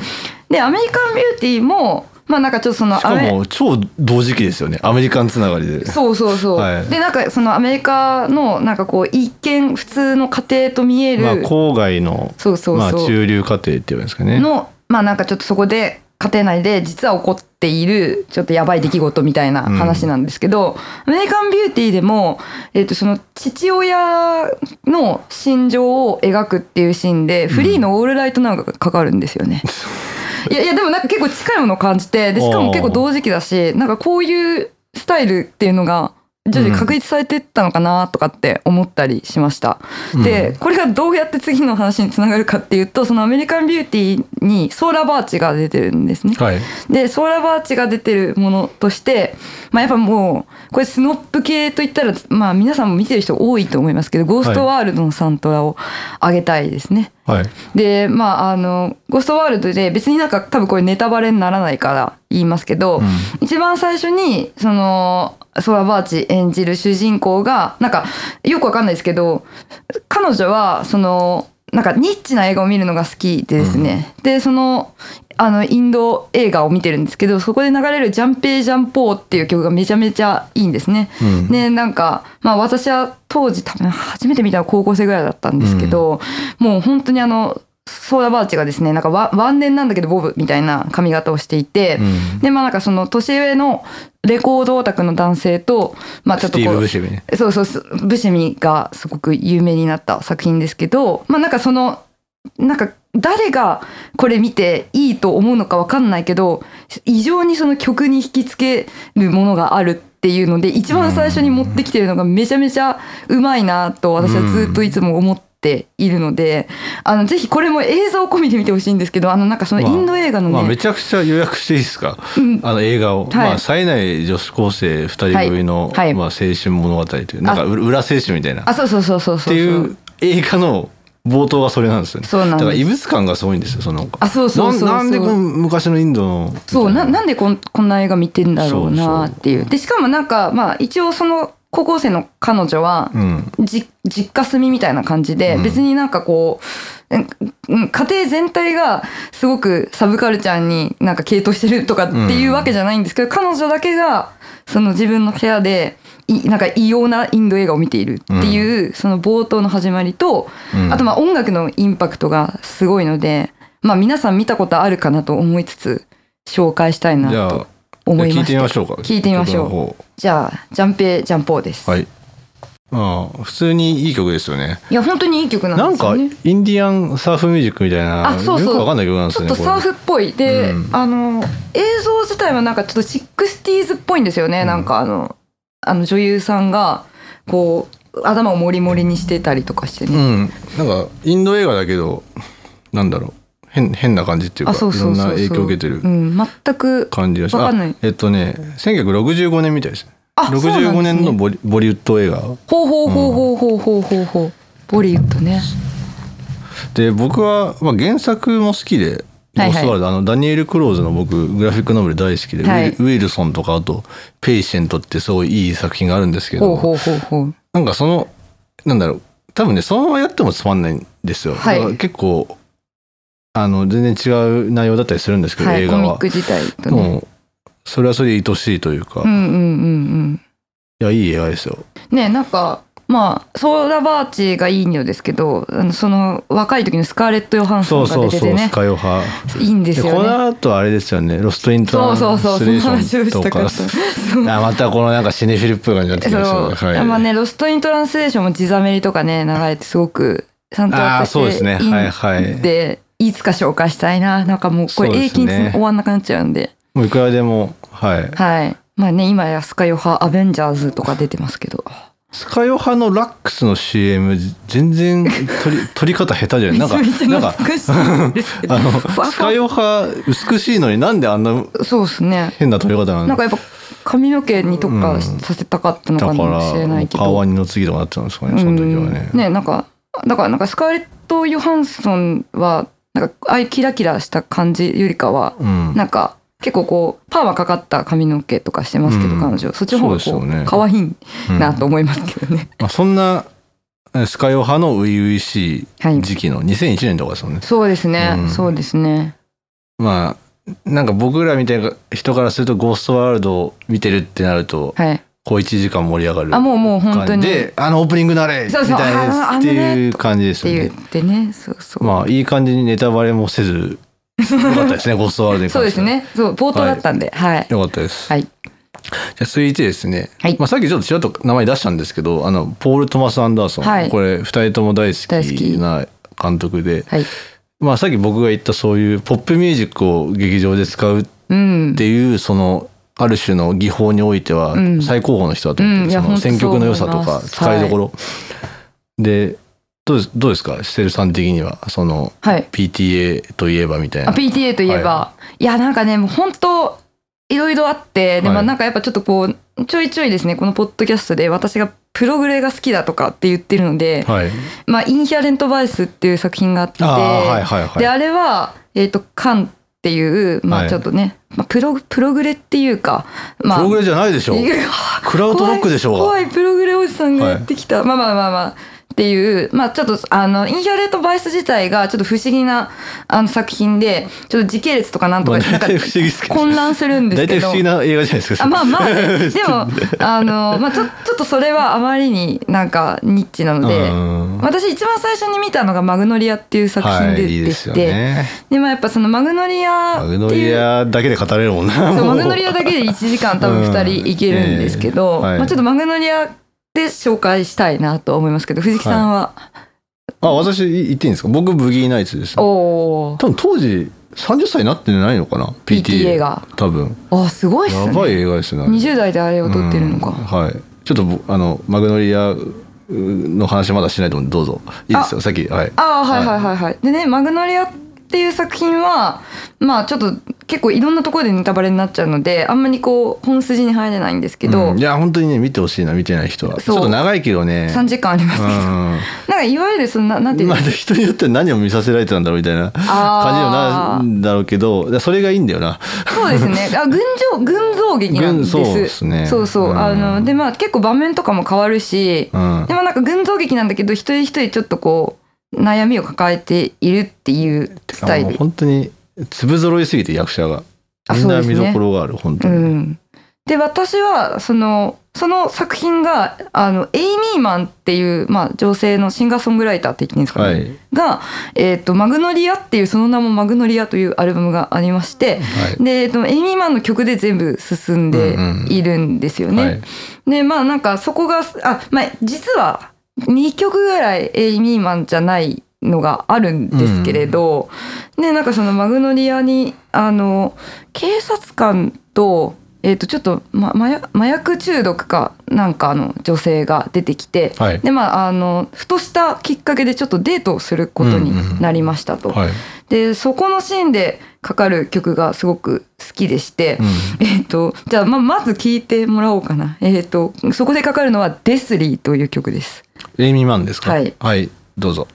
[SPEAKER 2] でアメリカン・ビューティーもまあなんかちょっとその
[SPEAKER 1] しか
[SPEAKER 2] アメ
[SPEAKER 1] も超同時期ですよねアメリカンつながりで
[SPEAKER 2] そうそうそう、
[SPEAKER 1] はい
[SPEAKER 2] でなんかそのアメリカのなんかこう一見普通の家庭と見える、
[SPEAKER 1] まあ郊外の
[SPEAKER 2] そうそうそう
[SPEAKER 1] まあ中流家庭って言うんですかね
[SPEAKER 2] のまあなんかちょっとそこで家庭内で実は起こっているちょっとやばい出来事みたいな話なんですけど、アメリカンビューティーでも、えっとその父親の心情を描くっていうシーンで、フリーの「オールライトナウ」がかかるんですよね。いやいやでもなんか結構近いものを感じてでしかも結構同時期だしなんかこういうスタイルっていうのが徐々に確立されてったのかなとかって思ったりしました。でこれがどうやって次の話につながるかっていうとそのアメリカンビューティーにソーラバーチが出てるんですね。
[SPEAKER 1] はい
[SPEAKER 2] でソーラバーチが出てるものとして、まあ、やっぱもうこれスノップ系といったら、まあ、皆さんも見てる人多いと思いますけど「ゴーストワールド」のサントラをあげたいですね。
[SPEAKER 1] はい
[SPEAKER 2] でまああの「ゴーストワールド」で別になんか多分これネタバレにならないから言いますけど、一番最初にそのソラバーチ演じる主人公がなんかよくわかんないですけど彼女はそのなんかニッチな映画を見るのが好きでですね、でそのあのインド映画を見てるんですけどそこで流れる「ジャンペイジャンポー」っていう曲がめちゃめちゃいいんですね。
[SPEAKER 1] うん
[SPEAKER 2] でなんか、まあ、私は当時多分初めて見たのは高校生ぐらいだったんですけど、もう本当にあのソーダバーチがですねなんかわ晩年なんだけどボブみたいな髪型をしていて、
[SPEAKER 1] うん
[SPEAKER 2] でまあなんかその年上のレコードオタクの男性と、まあ、ちょっ
[SPEAKER 1] ス
[SPEAKER 2] と
[SPEAKER 1] ティー
[SPEAKER 2] こ
[SPEAKER 1] ブ・
[SPEAKER 2] う
[SPEAKER 1] ブシェビね
[SPEAKER 2] そうそうそうブシェミがすごく有名になった作品ですけどまあなんかそのなんか誰がこれ見ていいと思うのかわかんないけど異常にその曲に引きつけるものがあるっていうので一番最初に持ってきてるのがめちゃめちゃうまいなと私はずっといつも思っているので、あのぜひこれも映像込みで見てほしいんですけどあのなんかそのインド映画のね、
[SPEAKER 1] まあ、めちゃくちゃ予約していいですか、
[SPEAKER 2] ん
[SPEAKER 1] あの映画を、
[SPEAKER 2] い
[SPEAKER 1] まあ、冴えない女子高生二人組の、
[SPEAKER 2] はいはい
[SPEAKER 1] まあ、青春物語というなんかう裏青春みたいな
[SPEAKER 2] あそうそうそうそう
[SPEAKER 1] っ
[SPEAKER 2] そ
[SPEAKER 1] て
[SPEAKER 2] う
[SPEAKER 1] いう映画の冒頭がそれなんですよね
[SPEAKER 2] そうなんです
[SPEAKER 1] だから異物感がすごいんですよその
[SPEAKER 2] あそうそうそうそう
[SPEAKER 1] なんなんでこの昔のインドの
[SPEAKER 2] そうな
[SPEAKER 1] みたい
[SPEAKER 2] なんでこんこんな映画見てんだろうなっていう
[SPEAKER 1] そうそう
[SPEAKER 2] でしかもなんかまあ一応その高校生の彼女は、
[SPEAKER 1] うん
[SPEAKER 2] じ実家住みみたいな感じで、
[SPEAKER 1] うん
[SPEAKER 2] 別になんかこううんうん家庭全体がすごくサブカルチャーになんか傾倒してるとかっていうわけじゃないんですけど、彼女だけがその自分の部屋でいなんか異様なインド映画を見ているっていう、その冒頭の始まりと、
[SPEAKER 1] うん
[SPEAKER 2] あとまあ音楽のインパクトがすごいので、まあ、皆さん見たことあるかなと思いつつ紹介したいな
[SPEAKER 1] じゃ
[SPEAKER 2] と
[SPEAKER 1] あ
[SPEAKER 2] 思い
[SPEAKER 1] 聞
[SPEAKER 2] ま
[SPEAKER 1] い
[SPEAKER 2] して
[SPEAKER 1] みましょうか
[SPEAKER 2] 聞いてみましょう
[SPEAKER 1] 曲の方
[SPEAKER 2] じゃあジャンペイジャンポーです、、
[SPEAKER 1] はいいまあ普通にいい曲ですよね
[SPEAKER 2] や本当にいい曲な
[SPEAKER 1] なん
[SPEAKER 2] で
[SPEAKER 1] ん
[SPEAKER 2] すよ
[SPEAKER 1] か
[SPEAKER 2] ね
[SPEAKER 1] インディアンサーフミュージックみたいな
[SPEAKER 2] あそうそう
[SPEAKER 1] よくわかんない曲なんで
[SPEAKER 2] ち
[SPEAKER 1] す
[SPEAKER 2] ょ
[SPEAKER 1] よ
[SPEAKER 2] っ
[SPEAKER 1] ね
[SPEAKER 2] とサー
[SPEAKER 1] こ
[SPEAKER 2] フっぽいで、
[SPEAKER 1] うん
[SPEAKER 2] あの映像自体はなんかちょっとシックスティーズっぽいんですよね、なんかあのあの女優さんがこう頭をモリモリにしてたりとかして
[SPEAKER 1] れう
[SPEAKER 2] ね、
[SPEAKER 1] んなんかインド映画だけどなんだろう変変な感じっていう
[SPEAKER 2] あ
[SPEAKER 1] か
[SPEAKER 2] そう
[SPEAKER 1] いろ
[SPEAKER 2] そ
[SPEAKER 1] ん
[SPEAKER 2] うそう
[SPEAKER 1] な
[SPEAKER 2] そう
[SPEAKER 1] 影響を受けてる
[SPEAKER 2] うん、全く
[SPEAKER 1] 感じがし
[SPEAKER 2] わ
[SPEAKER 1] あ
[SPEAKER 2] かんない
[SPEAKER 1] えっとね1965年みたいです
[SPEAKER 2] あそうなんですね
[SPEAKER 1] 65年のボリボリウッド映画
[SPEAKER 2] ほうほうほうほうほうほうほうほうボリウッドね
[SPEAKER 1] で僕は、まあ、原作も好きで。ゴ
[SPEAKER 2] はいはい
[SPEAKER 1] ーストワールドあのダニエル・クローズの僕グラフィックノベル大好きで、
[SPEAKER 2] は
[SPEAKER 1] ウ
[SPEAKER 2] い
[SPEAKER 1] ィルウィルソンとかあと「ペイシェント」ってすごいいい作品があるんですけど
[SPEAKER 2] ほうほうほうほう
[SPEAKER 1] なんかそのなんだろう多分ねそのままやってもつまんないんですよ、
[SPEAKER 2] はい
[SPEAKER 1] だから結構あの全然違う内容だったりするんですけど、
[SPEAKER 2] はい
[SPEAKER 1] 映
[SPEAKER 2] コ
[SPEAKER 1] 画
[SPEAKER 2] ミッ
[SPEAKER 1] は
[SPEAKER 2] ク。自体と
[SPEAKER 1] で
[SPEAKER 2] ね
[SPEAKER 1] もそれはそれで愛しいというか、
[SPEAKER 2] う
[SPEAKER 1] い
[SPEAKER 2] んうんうん
[SPEAKER 1] やいい映画ですよ。
[SPEAKER 2] うんねなんかまあソーダバーチがいいのですけどあのその若い時のスカーレット・ヨハンソ
[SPEAKER 1] そ
[SPEAKER 2] ン
[SPEAKER 1] う
[SPEAKER 2] が
[SPEAKER 1] そう
[SPEAKER 2] 出て
[SPEAKER 1] そ
[SPEAKER 2] て
[SPEAKER 1] う、
[SPEAKER 2] ね
[SPEAKER 1] スカヨハ。
[SPEAKER 2] いいんです
[SPEAKER 1] で
[SPEAKER 2] よね
[SPEAKER 1] この後あれですよね「ロスト・イン・ト
[SPEAKER 2] そ
[SPEAKER 1] ラ
[SPEAKER 2] う
[SPEAKER 1] ンス
[SPEAKER 2] そうそう、そ
[SPEAKER 1] レ
[SPEAKER 2] の
[SPEAKER 1] ーシ
[SPEAKER 2] 話
[SPEAKER 1] ョ
[SPEAKER 2] を
[SPEAKER 1] ン
[SPEAKER 2] した
[SPEAKER 1] と
[SPEAKER 2] か
[SPEAKER 1] か
[SPEAKER 2] った。そう
[SPEAKER 1] あまたこのなんかシネフィルっぽい感じになってきました
[SPEAKER 2] そう
[SPEAKER 1] ね。
[SPEAKER 2] やっぱ
[SPEAKER 1] はい、
[SPEAKER 2] ね、ロストイントランスレーションも地ざめりとかね、流れてすごく、ちゃんと
[SPEAKER 1] あー
[SPEAKER 2] 私
[SPEAKER 1] そうですね
[SPEAKER 2] いん
[SPEAKER 1] はいはい
[SPEAKER 2] で、いつか紹介したいな。なんかもう、これ
[SPEAKER 1] そう
[SPEAKER 2] 永
[SPEAKER 1] ですね
[SPEAKER 2] 久に終わんなくなっちゃうんで。
[SPEAKER 1] もういくらでもはい。
[SPEAKER 2] はい。まあね、今やスカヨハアベンジャーズとか出てますけど。
[SPEAKER 1] スカヨ派のラックスの CM 全然取り取り方下手じゃない なんか
[SPEAKER 2] めちゃめち
[SPEAKER 1] な
[SPEAKER 2] ゃ
[SPEAKER 1] んか
[SPEAKER 2] 懐かしいですけ ど
[SPEAKER 1] あの
[SPEAKER 2] ふわ
[SPEAKER 1] ス
[SPEAKER 2] ふわ
[SPEAKER 1] カヨ派美しいのになんであんな
[SPEAKER 2] そうですね
[SPEAKER 1] 変な取り方なの
[SPEAKER 2] なんかやっぱ髪の毛に特化させたかったの
[SPEAKER 1] だ
[SPEAKER 2] か
[SPEAKER 1] か
[SPEAKER 2] もしれないけ
[SPEAKER 1] ら
[SPEAKER 2] ど、
[SPEAKER 1] 川ニの次とかなってたんですかねその時はね,、
[SPEAKER 2] うんねなんかだからなんかスカーレット・ヨハンソンはなんかああいうキラキラした感じよりかは、
[SPEAKER 1] うん
[SPEAKER 2] なんか結構こうパーマかかった髪の毛とかしてますけど、
[SPEAKER 1] うん
[SPEAKER 2] 彼女そっちの方が
[SPEAKER 1] そう
[SPEAKER 2] こ
[SPEAKER 1] ですよね
[SPEAKER 2] う可愛い
[SPEAKER 1] うん
[SPEAKER 2] なと思いますけどね、
[SPEAKER 1] まあ、そんなえスカヨ派の初々しい
[SPEAKER 2] はい
[SPEAKER 1] 時期の2001年とかですよね、
[SPEAKER 2] そうですね、
[SPEAKER 1] うん
[SPEAKER 2] そうですね
[SPEAKER 1] まあなんか僕らみたいな人からするとゴーストワールドを見てるってなると
[SPEAKER 2] はい
[SPEAKER 1] こう1時間盛り上がる
[SPEAKER 2] あもうもう本当
[SPEAKER 1] 感
[SPEAKER 2] に
[SPEAKER 1] じ
[SPEAKER 2] っ
[SPEAKER 1] であのオープニングなれみ
[SPEAKER 2] そ
[SPEAKER 1] た
[SPEAKER 2] うそう
[SPEAKER 1] いな
[SPEAKER 2] あ
[SPEAKER 1] っ
[SPEAKER 2] の
[SPEAKER 1] て
[SPEAKER 2] ね
[SPEAKER 1] いう感じです
[SPEAKER 2] て
[SPEAKER 1] よ
[SPEAKER 2] 言っ
[SPEAKER 1] ね
[SPEAKER 2] てねそうそう、
[SPEAKER 1] まあいい感じにネタバレもせずよかったです ねゴーストワールドに
[SPEAKER 2] そう
[SPEAKER 1] 関
[SPEAKER 2] で
[SPEAKER 1] して
[SPEAKER 2] す
[SPEAKER 1] は
[SPEAKER 2] ねそう冒頭だったんではい
[SPEAKER 1] よかったです、
[SPEAKER 2] はい
[SPEAKER 1] じゃあ続いてですね、
[SPEAKER 2] はい
[SPEAKER 1] まあ、さっきちょっとちらっと名前出したんですけどあのポール・トマス・アンダーソン、
[SPEAKER 2] はい
[SPEAKER 1] これ2人とも大好
[SPEAKER 2] 大
[SPEAKER 1] き
[SPEAKER 2] 好き
[SPEAKER 1] な監督で、
[SPEAKER 2] はい
[SPEAKER 1] まあ、さっき僕が言ったそういうポップミュージックを劇場で使うっ
[SPEAKER 2] うん
[SPEAKER 1] ていうそのある種の技法においては
[SPEAKER 2] うん
[SPEAKER 1] 最高峰の人だと思ってる、
[SPEAKER 2] うんい
[SPEAKER 1] そ
[SPEAKER 2] や
[SPEAKER 1] の
[SPEAKER 2] 本当そう
[SPEAKER 1] 選曲の良さと
[SPEAKER 2] 思い
[SPEAKER 1] か
[SPEAKER 2] ます
[SPEAKER 1] 使いどころ、でどうですどうですかシセルさん的にはその
[SPEAKER 2] はい
[SPEAKER 1] PTA といえばみたい
[SPEAKER 2] あ
[SPEAKER 1] な。
[SPEAKER 2] PTA といえば、い、やなんかねもう本当いろいろあってで、
[SPEAKER 1] はい
[SPEAKER 2] まあなんかやっぱちょっとこうちょいちょいですねこのポッドキャストで私がプログレが好きだとかって言ってるので「
[SPEAKER 1] はい、
[SPEAKER 2] まあ、インヒアレント・バイス」っていう作品があって
[SPEAKER 1] あーはいはいはい
[SPEAKER 2] であれは、えー、とカンっていう、ま
[SPEAKER 1] はい
[SPEAKER 2] あ、ちょっとね、まあ、プロプログレっていうか、まあ、
[SPEAKER 1] プログレじゃないでしょう
[SPEAKER 2] いや
[SPEAKER 1] クラウドロックでしょうが
[SPEAKER 2] 怖い怖いプログレおじさんがやってきた、まあまあまあまあっていうまあちょっとあのインヒャレート・バイス自体がちょっと不思議なあの作品でちょっと時系列とかなんと
[SPEAKER 1] まあ
[SPEAKER 2] か
[SPEAKER 1] 大体不思議ですけど
[SPEAKER 2] 混乱するんです
[SPEAKER 1] 大
[SPEAKER 2] け
[SPEAKER 1] 体
[SPEAKER 2] ど
[SPEAKER 1] 不思議な映画じゃないですか
[SPEAKER 2] あまあ まあねでもあの、まあ、ちょちょっとそれはあまりになんかニッチなので
[SPEAKER 1] うん
[SPEAKER 2] 私一番最初に見たのが「マグノリア」っていう作品で
[SPEAKER 1] はい、いい
[SPEAKER 2] で
[SPEAKER 1] です
[SPEAKER 2] し
[SPEAKER 1] よ
[SPEAKER 2] て、
[SPEAKER 1] ね。
[SPEAKER 2] でまあやっぱその「マグノリア」
[SPEAKER 1] マ
[SPEAKER 2] っ
[SPEAKER 1] グ
[SPEAKER 2] て
[SPEAKER 1] ノリ
[SPEAKER 2] いう
[SPEAKER 1] アだけで語れるもんな。
[SPEAKER 2] そう
[SPEAKER 1] もう
[SPEAKER 2] マグノリアだけで1時間多
[SPEAKER 1] う
[SPEAKER 2] 分
[SPEAKER 1] ん
[SPEAKER 2] 2人いけるんですけ
[SPEAKER 1] え
[SPEAKER 2] ど、
[SPEAKER 1] えはい
[SPEAKER 2] まあ、ちょっとマグノリアで紹介したいなと思いますけど藤木さんは、
[SPEAKER 1] あ、私言っていいんですか。僕ブギーナイツです。多
[SPEAKER 2] おー
[SPEAKER 1] 分当時30歳になってないのかな。PTA,
[SPEAKER 2] PTA が
[SPEAKER 1] 多分
[SPEAKER 2] あすごいっす
[SPEAKER 1] や
[SPEAKER 2] ね
[SPEAKER 1] ばい映画ですね。
[SPEAKER 2] 20代であれを撮ってるの
[SPEAKER 1] うん
[SPEAKER 2] か、
[SPEAKER 1] はい。ちょっとぼあのマグノリアの話まだしないと思うんでどうぞ。いいですよ。さっきはい。
[SPEAKER 2] ああはいはいはいはいでね「マグノリア」っていう作品はまあちょっと結構いろんなところでネタバレになっちゃうのであんまりこう本筋に入れないんですけど、
[SPEAKER 1] うんいや本当にね見てほしいな見てない人は。ち
[SPEAKER 2] そう
[SPEAKER 1] ょっと長いけど ね。
[SPEAKER 2] 3時間ありますけ
[SPEAKER 1] う
[SPEAKER 2] ど、
[SPEAKER 1] ん。
[SPEAKER 2] なんかいわゆるそんななんてい う
[SPEAKER 1] ま
[SPEAKER 2] の
[SPEAKER 1] あ、人によっては何を見させられてたんだろうみたいな感じにはなるんだろうけどそれがいいんだよな。
[SPEAKER 2] そうですね。あ、群像、群像劇なんです。
[SPEAKER 1] 群そうですね
[SPEAKER 2] そうそう
[SPEAKER 1] うん
[SPEAKER 2] あの、で、まあ、結構場面とかも変わるし。
[SPEAKER 1] うん
[SPEAKER 2] でも、なんか群像劇なんだけど、一人一人ちょっとこう。悩みを抱えているっていうスタイ
[SPEAKER 1] もう
[SPEAKER 2] ル。
[SPEAKER 1] 本当に粒揃いすぎて役者が
[SPEAKER 2] あ
[SPEAKER 1] みん
[SPEAKER 2] そう
[SPEAKER 1] な
[SPEAKER 2] です
[SPEAKER 1] 見
[SPEAKER 2] ね
[SPEAKER 1] どころがある、本当
[SPEAKER 2] う
[SPEAKER 1] に、
[SPEAKER 2] ん。で、私は、その。その作品があのエイミーマンっていう、まあ、女性のシンガーソングライターって言っていいんですかね、
[SPEAKER 1] はい
[SPEAKER 2] が、えーと「マグノリア」っていうその名も「マグノリア」というアルバムがありまして、
[SPEAKER 1] はい
[SPEAKER 2] で、えっと、エイミーマンの曲で全部進んでいるんですよね。
[SPEAKER 1] はい
[SPEAKER 2] でまあなんかそこがあ、まあ、実は2曲ぐらいエイミーマンじゃないのがあるんですけれど、でなんかそのマグノリアにあの警察官と,、えっとちょっと、ま、麻薬麻薬中毒かなんかの女性が出てきて、
[SPEAKER 1] はい
[SPEAKER 2] でまああのふとしたきっかけでちょっとデートをすることになりましたと。
[SPEAKER 1] はい
[SPEAKER 2] でそこのシーンでかかる曲がすごく好きでして、えっとじゃあままず聴いてもらおうかな、えっとそこでかかるのは「デスリー」という曲です。
[SPEAKER 1] エイミーマンですか
[SPEAKER 2] はい
[SPEAKER 1] どうぞ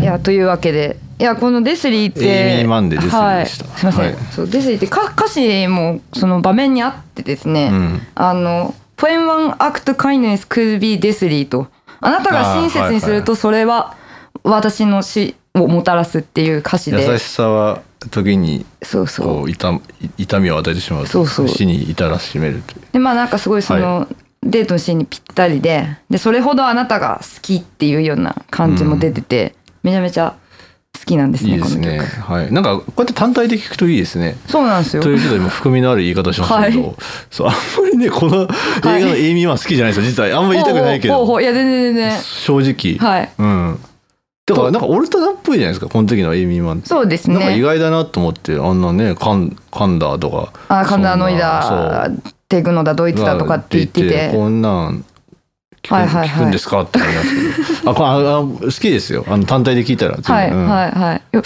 [SPEAKER 2] いやというわけでいやこの「デスリー」って
[SPEAKER 1] エイミーマンでデスリーでした
[SPEAKER 2] はい、すいません、
[SPEAKER 1] はい
[SPEAKER 2] そうデスリーってか歌詞もその場面にあってですね、
[SPEAKER 1] うん
[SPEAKER 2] あの「ポエンワンアクトカイネスクービーデスリー」と「あなたが親切にするとそれは私の死をもたらす」っていう歌詞で
[SPEAKER 1] 優しさは時に
[SPEAKER 2] そうそう
[SPEAKER 1] こう痛痛みを与えてしまうと
[SPEAKER 2] そうそう
[SPEAKER 1] 死に至らしめるという
[SPEAKER 2] でまあなんかすごいその、デートのシーンにぴったりででそれほどあなたが好きっていうような感じも出てて、めちゃめちゃ好きなんですね
[SPEAKER 1] いいですね
[SPEAKER 2] この曲
[SPEAKER 1] はいなんかこうやって単体で聞くといいですね
[SPEAKER 2] そうなんですよ
[SPEAKER 1] ということで今含みのある言い方をしましたけど、
[SPEAKER 2] は
[SPEAKER 1] そうあんまりねこの映画のエイミーマン好きじゃないですよ実はあんまり言いたくないけ
[SPEAKER 2] ほうほうほ
[SPEAKER 1] ど
[SPEAKER 2] うほういや全然全然
[SPEAKER 1] 正直、
[SPEAKER 2] はい
[SPEAKER 1] うんだからなんかオルタナっぽいじゃないですかこの時のエイミーマンって
[SPEAKER 2] そうです
[SPEAKER 1] なんか意
[SPEAKER 2] ね
[SPEAKER 1] 外だなと思ってあんなねカンカンダーとか
[SPEAKER 2] あカンダーノイ
[SPEAKER 1] そんな
[SPEAKER 2] だテグノだドイツだとかって言って
[SPEAKER 1] そう
[SPEAKER 2] て
[SPEAKER 1] こんなん聞く,、
[SPEAKER 2] はいはいはい
[SPEAKER 1] 聞くんですかって思いますけどあこれああ好きですよあの単体で聞いたら全然
[SPEAKER 2] はい
[SPEAKER 1] うん
[SPEAKER 2] はいはいいや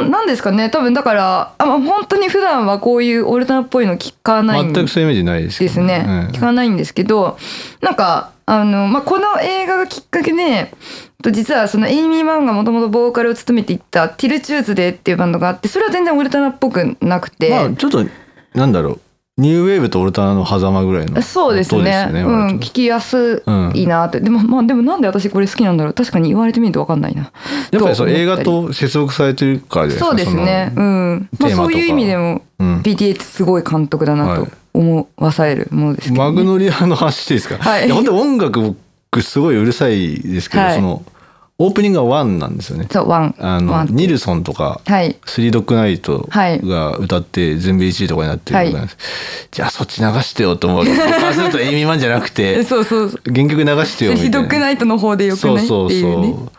[SPEAKER 2] なんなんですかね多分だからあまあ本当に普段はこういうオルタナっぽいの聞かないん
[SPEAKER 1] 全くそういうイメージないですけ
[SPEAKER 2] で
[SPEAKER 1] ど
[SPEAKER 2] すね、
[SPEAKER 1] うん
[SPEAKER 2] 聞かないんですけどなんかあの、まあ、この映画がきっかけでと実はそのエイミー・マンがもともとボーカルを務めていた「ティル・チューズデー」っていうバンドがあってそれは全然オルタナっぽくなくて、
[SPEAKER 1] まあちょっとなんだろうニューウェーブとオルタナの狭間ぐらいの
[SPEAKER 2] そうです
[SPEAKER 1] 音
[SPEAKER 2] ねうん
[SPEAKER 1] 割と
[SPEAKER 2] 聞きやすいなって、でもまあでもなんで私これ好きなんだろう確かに言われてみると分かんないな
[SPEAKER 1] やっぱりそう
[SPEAKER 2] と思
[SPEAKER 1] 映
[SPEAKER 2] った
[SPEAKER 1] 画と接続されてるからじゃないですか
[SPEAKER 2] そうですねうん、まあ、
[SPEAKER 1] テーマとか
[SPEAKER 2] そういう意味でも
[SPEAKER 1] そのうん
[SPEAKER 2] BTS すごい監督だな
[SPEAKER 1] は
[SPEAKER 2] と
[SPEAKER 1] い
[SPEAKER 2] 思わされるものですけど、ね
[SPEAKER 1] マグノリアの話していいですか、
[SPEAKER 2] はい
[SPEAKER 1] や本当に音楽僕すごいうるさいですけど、
[SPEAKER 2] はい
[SPEAKER 1] そのオープニングがワンなんですよね
[SPEAKER 2] そうワン
[SPEAKER 1] あ
[SPEAKER 2] ワ
[SPEAKER 1] の
[SPEAKER 2] ンって
[SPEAKER 1] ニルソンとか
[SPEAKER 2] はい
[SPEAKER 1] スリードッグナイト
[SPEAKER 2] はい
[SPEAKER 1] が歌って全米1位とかになってる曲なんです、じゃあそっち流してよと思うわけ僕からするとエイミーマンじゃなく
[SPEAKER 2] え
[SPEAKER 1] て
[SPEAKER 2] そうそうそう
[SPEAKER 1] 原曲流してよみたいな
[SPEAKER 2] ひどくないとの方でよくないっていうね
[SPEAKER 1] そうっ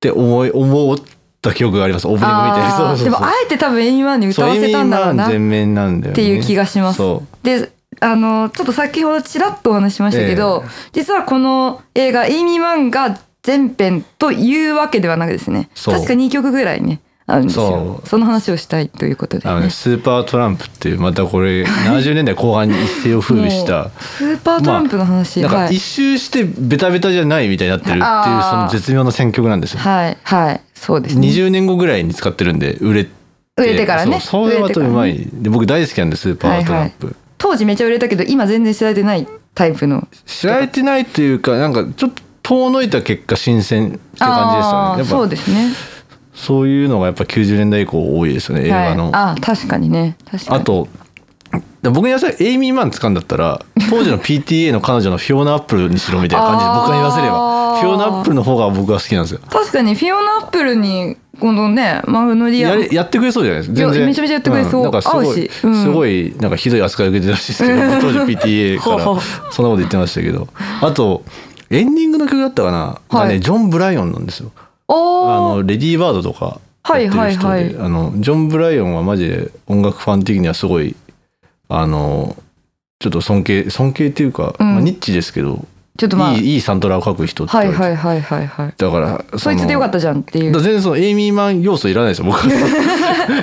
[SPEAKER 1] て思い思った記憶がありますオープニング見て
[SPEAKER 2] あ
[SPEAKER 1] そ
[SPEAKER 2] あ
[SPEAKER 1] うそうそう
[SPEAKER 2] でもあえて多分エイミーマンに歌わせたんだろうな
[SPEAKER 1] そう意味満全面なんだよね
[SPEAKER 2] っていう気がします
[SPEAKER 1] そう
[SPEAKER 2] であのちょっと先ほどちらっとお話ししましたけど、実はこの映画「エイミー・マン」が全編というわけではなくですね
[SPEAKER 1] そう
[SPEAKER 2] 確か2曲ぐらいねあるんですよ
[SPEAKER 1] そ
[SPEAKER 2] その話をしたいということで、
[SPEAKER 1] あの
[SPEAKER 2] ね
[SPEAKER 1] ね、、スーパートランプっていうまたこ れ70年代後半に一世を風靡した
[SPEAKER 2] スーパートランプの話、
[SPEAKER 1] なんか
[SPEAKER 2] はい
[SPEAKER 1] 一周してベタベタじゃないみたいになってるっていうそ
[SPEAKER 2] あ
[SPEAKER 1] の
[SPEAKER 2] ー
[SPEAKER 1] 絶妙な選曲なんですよ、
[SPEAKER 2] はいはいそうですね
[SPEAKER 1] 20年後ぐらいに使ってるんで売れて
[SPEAKER 2] 売れてからね
[SPEAKER 1] そうそれはとうま
[SPEAKER 2] 売れて
[SPEAKER 1] い、で僕大好きなんでスーパートランプ、
[SPEAKER 2] 当時めちゃ売れたけど今全然知られてないタイプの
[SPEAKER 1] 知られてないというかなんかちょっと遠のいた結果新鮮って感じですよね
[SPEAKER 2] あー
[SPEAKER 1] やっぱ
[SPEAKER 2] そうですね
[SPEAKER 1] そういうのがやっぱ90年代以降多いですよね映画の、
[SPEAKER 2] はい、あー確かにね確かに
[SPEAKER 1] あと僕に言わせればエイミー・マン掴んだったら当時の PTA の彼女のフィオナ・アップルにしろみたいな感じで
[SPEAKER 2] あー
[SPEAKER 1] 僕が言わせればフィオナ・アップルの方が僕は好きなんですよ
[SPEAKER 2] 確かにフィオナアップルにこのねマグノリア
[SPEAKER 1] やれやってくれそうじゃないですか全
[SPEAKER 2] い
[SPEAKER 1] 然
[SPEAKER 2] やめちゃめちゃやってくれそうん
[SPEAKER 1] なんかす
[SPEAKER 2] 合
[SPEAKER 1] ご
[SPEAKER 2] う
[SPEAKER 1] い
[SPEAKER 2] しうん
[SPEAKER 1] すごいなんかひどい扱いを受けてたらしいですけど 当時 PTA か
[SPEAKER 2] ほう
[SPEAKER 1] ら
[SPEAKER 2] ほう
[SPEAKER 1] そんなこと言ってましたけどあとエンディングの曲だったかな、
[SPEAKER 2] は
[SPEAKER 1] が
[SPEAKER 2] い
[SPEAKER 1] ねジョン・ブライオンなんですよあ
[SPEAKER 2] おー
[SPEAKER 1] のレディー・バードとかやってる人で、
[SPEAKER 2] はいはいはい
[SPEAKER 1] あのジョン・ブライオンはマジで音楽ファン的にはすごいあのちょっと尊敬尊敬っていうか、
[SPEAKER 2] うん
[SPEAKER 1] まあ、ニッチですけど、
[SPEAKER 2] ちょっとまあ
[SPEAKER 1] いいいいサントラを書く人って言
[SPEAKER 2] は
[SPEAKER 1] わ
[SPEAKER 2] い
[SPEAKER 1] れて
[SPEAKER 2] はいはいはいはい
[SPEAKER 1] だから
[SPEAKER 2] そいつでよかったたじゃんっていう
[SPEAKER 1] 全然そのエイミーマン要素いらないですよ僕 は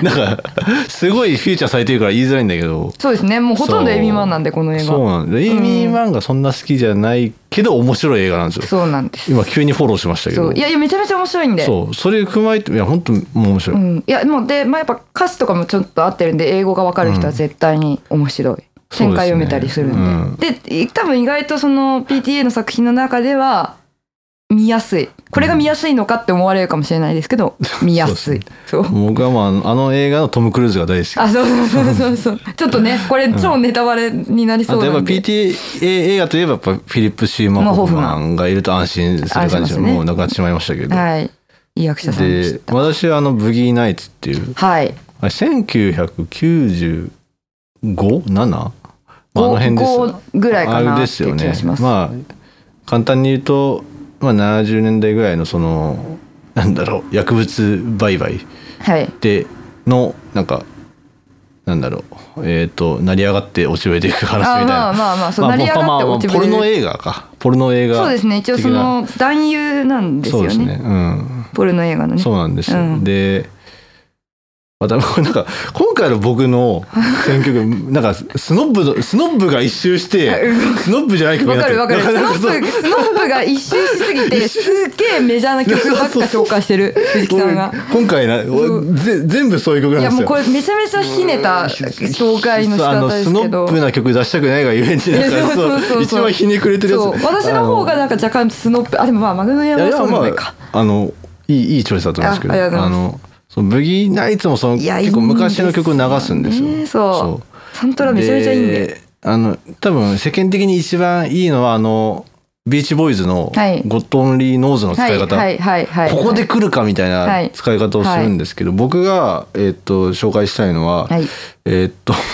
[SPEAKER 1] なんかすごいフューチャーされてるから言いづらいんだけど
[SPEAKER 2] そうですねもうほとんどエイミーマンなんでこの映画
[SPEAKER 1] そうなんですエイミーマンがそんな好きじゃないけど面白い映画なんですよ
[SPEAKER 2] そうなんです
[SPEAKER 1] 今急にフォローしましたけ
[SPEAKER 2] そ
[SPEAKER 1] ど
[SPEAKER 2] ういやいやめちゃめちゃ面白いんで
[SPEAKER 1] そうそれ踏まえていや本当もう面白い、
[SPEAKER 2] ん、いやもうで、まあ、やっぱ歌詞とかもちょっと合ってるんで英語が分かる人は絶対に面白い、展開読めたりするんでで,、多分意外とその PTA の作品の中では見やすいこれが見やすいのかって思われるかもしれないですけど、見やすいそう
[SPEAKER 1] 僕はまああのあの映画のトム・クルーズが大好き
[SPEAKER 2] あそうそうそうそうそうちょっとねこれ超ネタバレになり
[SPEAKER 1] あ
[SPEAKER 2] そう
[SPEAKER 1] とやっぱ
[SPEAKER 2] なんで
[SPEAKER 1] PTA 映画といえばやっぱフィリップ・シーマン・
[SPEAKER 2] まあ
[SPEAKER 1] ホ
[SPEAKER 2] ホ
[SPEAKER 1] フ
[SPEAKER 2] フ
[SPEAKER 1] マ
[SPEAKER 2] マン
[SPEAKER 1] ンがいると安心する感
[SPEAKER 2] 安心
[SPEAKER 1] じ
[SPEAKER 2] し
[SPEAKER 1] で、
[SPEAKER 2] ますね
[SPEAKER 1] もう亡くなってしまいましたけど、
[SPEAKER 2] はいいい役者さんでし
[SPEAKER 1] で
[SPEAKER 2] た
[SPEAKER 1] 私はあの「ブギー・ナイツ」っていう
[SPEAKER 2] はい
[SPEAKER 1] あれ1995?7? まああの辺です
[SPEAKER 2] 5ぐらいか
[SPEAKER 1] あ
[SPEAKER 2] な
[SPEAKER 1] れ
[SPEAKER 2] っ
[SPEAKER 1] で
[SPEAKER 2] て
[SPEAKER 1] すよ
[SPEAKER 2] 気
[SPEAKER 1] ね
[SPEAKER 2] がします
[SPEAKER 1] まあ簡単に言うと、まあ、70年代ぐらいのそのなんだろう薬物売買
[SPEAKER 2] はい
[SPEAKER 1] でのなんかなんだろうえっ、と成り上がって落ちぶれていく話みたいな
[SPEAKER 2] あまあまあまあそう成り上がって落ちぶれ
[SPEAKER 1] ポル
[SPEAKER 2] る
[SPEAKER 1] ノ映画かポルノ映画
[SPEAKER 2] そうですね一応その男優なんで
[SPEAKER 1] 的
[SPEAKER 2] す
[SPEAKER 1] なそう
[SPEAKER 2] よ
[SPEAKER 1] ですねう
[SPEAKER 2] ね
[SPEAKER 1] ん
[SPEAKER 2] ポルノ映画のね
[SPEAKER 1] そうなんですよ、
[SPEAKER 2] うん
[SPEAKER 1] でまたなんか今回の僕の選曲なんかスノッブのスノッブが一周 してスノッブじゃない曲
[SPEAKER 2] わ
[SPEAKER 1] になっ
[SPEAKER 2] か
[SPEAKER 1] て
[SPEAKER 2] るわかる。ス
[SPEAKER 1] な
[SPEAKER 2] ノ
[SPEAKER 1] ん
[SPEAKER 2] ッ
[SPEAKER 1] そう
[SPEAKER 2] プ、スノップが一周しすぎ て、すっげえメジャーな曲ばっか紹介してる、藤木さんが。
[SPEAKER 1] 今回な、ぜ全部そういう曲なん
[SPEAKER 2] い
[SPEAKER 1] で
[SPEAKER 2] や
[SPEAKER 1] すよ
[SPEAKER 2] もうこれめちゃめちゃひねた紹介の仕
[SPEAKER 1] あ
[SPEAKER 2] 方
[SPEAKER 1] の
[SPEAKER 2] で
[SPEAKER 1] ス
[SPEAKER 2] す
[SPEAKER 1] ノ
[SPEAKER 2] けど
[SPEAKER 1] ッ。プな曲出したくないがゆえに
[SPEAKER 2] い
[SPEAKER 1] なん
[SPEAKER 2] や
[SPEAKER 1] か
[SPEAKER 2] そうそう
[SPEAKER 1] そ
[SPEAKER 2] そうう
[SPEAKER 1] 一番ひねくれてるやつ
[SPEAKER 2] そう私の方がなんか若干スノップ、あ、でもまあマグノリア
[SPEAKER 1] いや
[SPEAKER 2] はい
[SPEAKER 1] や
[SPEAKER 2] そう
[SPEAKER 1] ま
[SPEAKER 2] な
[SPEAKER 1] あ
[SPEAKER 2] のか。
[SPEAKER 1] あのいいいいチョイスだと思うんですけど
[SPEAKER 2] あありがとうございま
[SPEAKER 1] のそのブギーナイツもその
[SPEAKER 2] いや
[SPEAKER 1] 結構昔の曲を流すんですよ
[SPEAKER 2] いいんですよねそうサントラめちゃめちゃいいんで。
[SPEAKER 1] あの多分世間的に一番いいのはあのビーチボーイズの
[SPEAKER 2] はい
[SPEAKER 1] 「ゴッドオンリーノーズ」の使
[SPEAKER 2] はいい
[SPEAKER 1] 方、
[SPEAKER 2] はいはいはい。
[SPEAKER 1] ここで来るかみたい
[SPEAKER 2] は
[SPEAKER 1] ない使い方をするんですけど、僕が、えっと紹介したいのは、
[SPEAKER 2] はい
[SPEAKER 1] えっと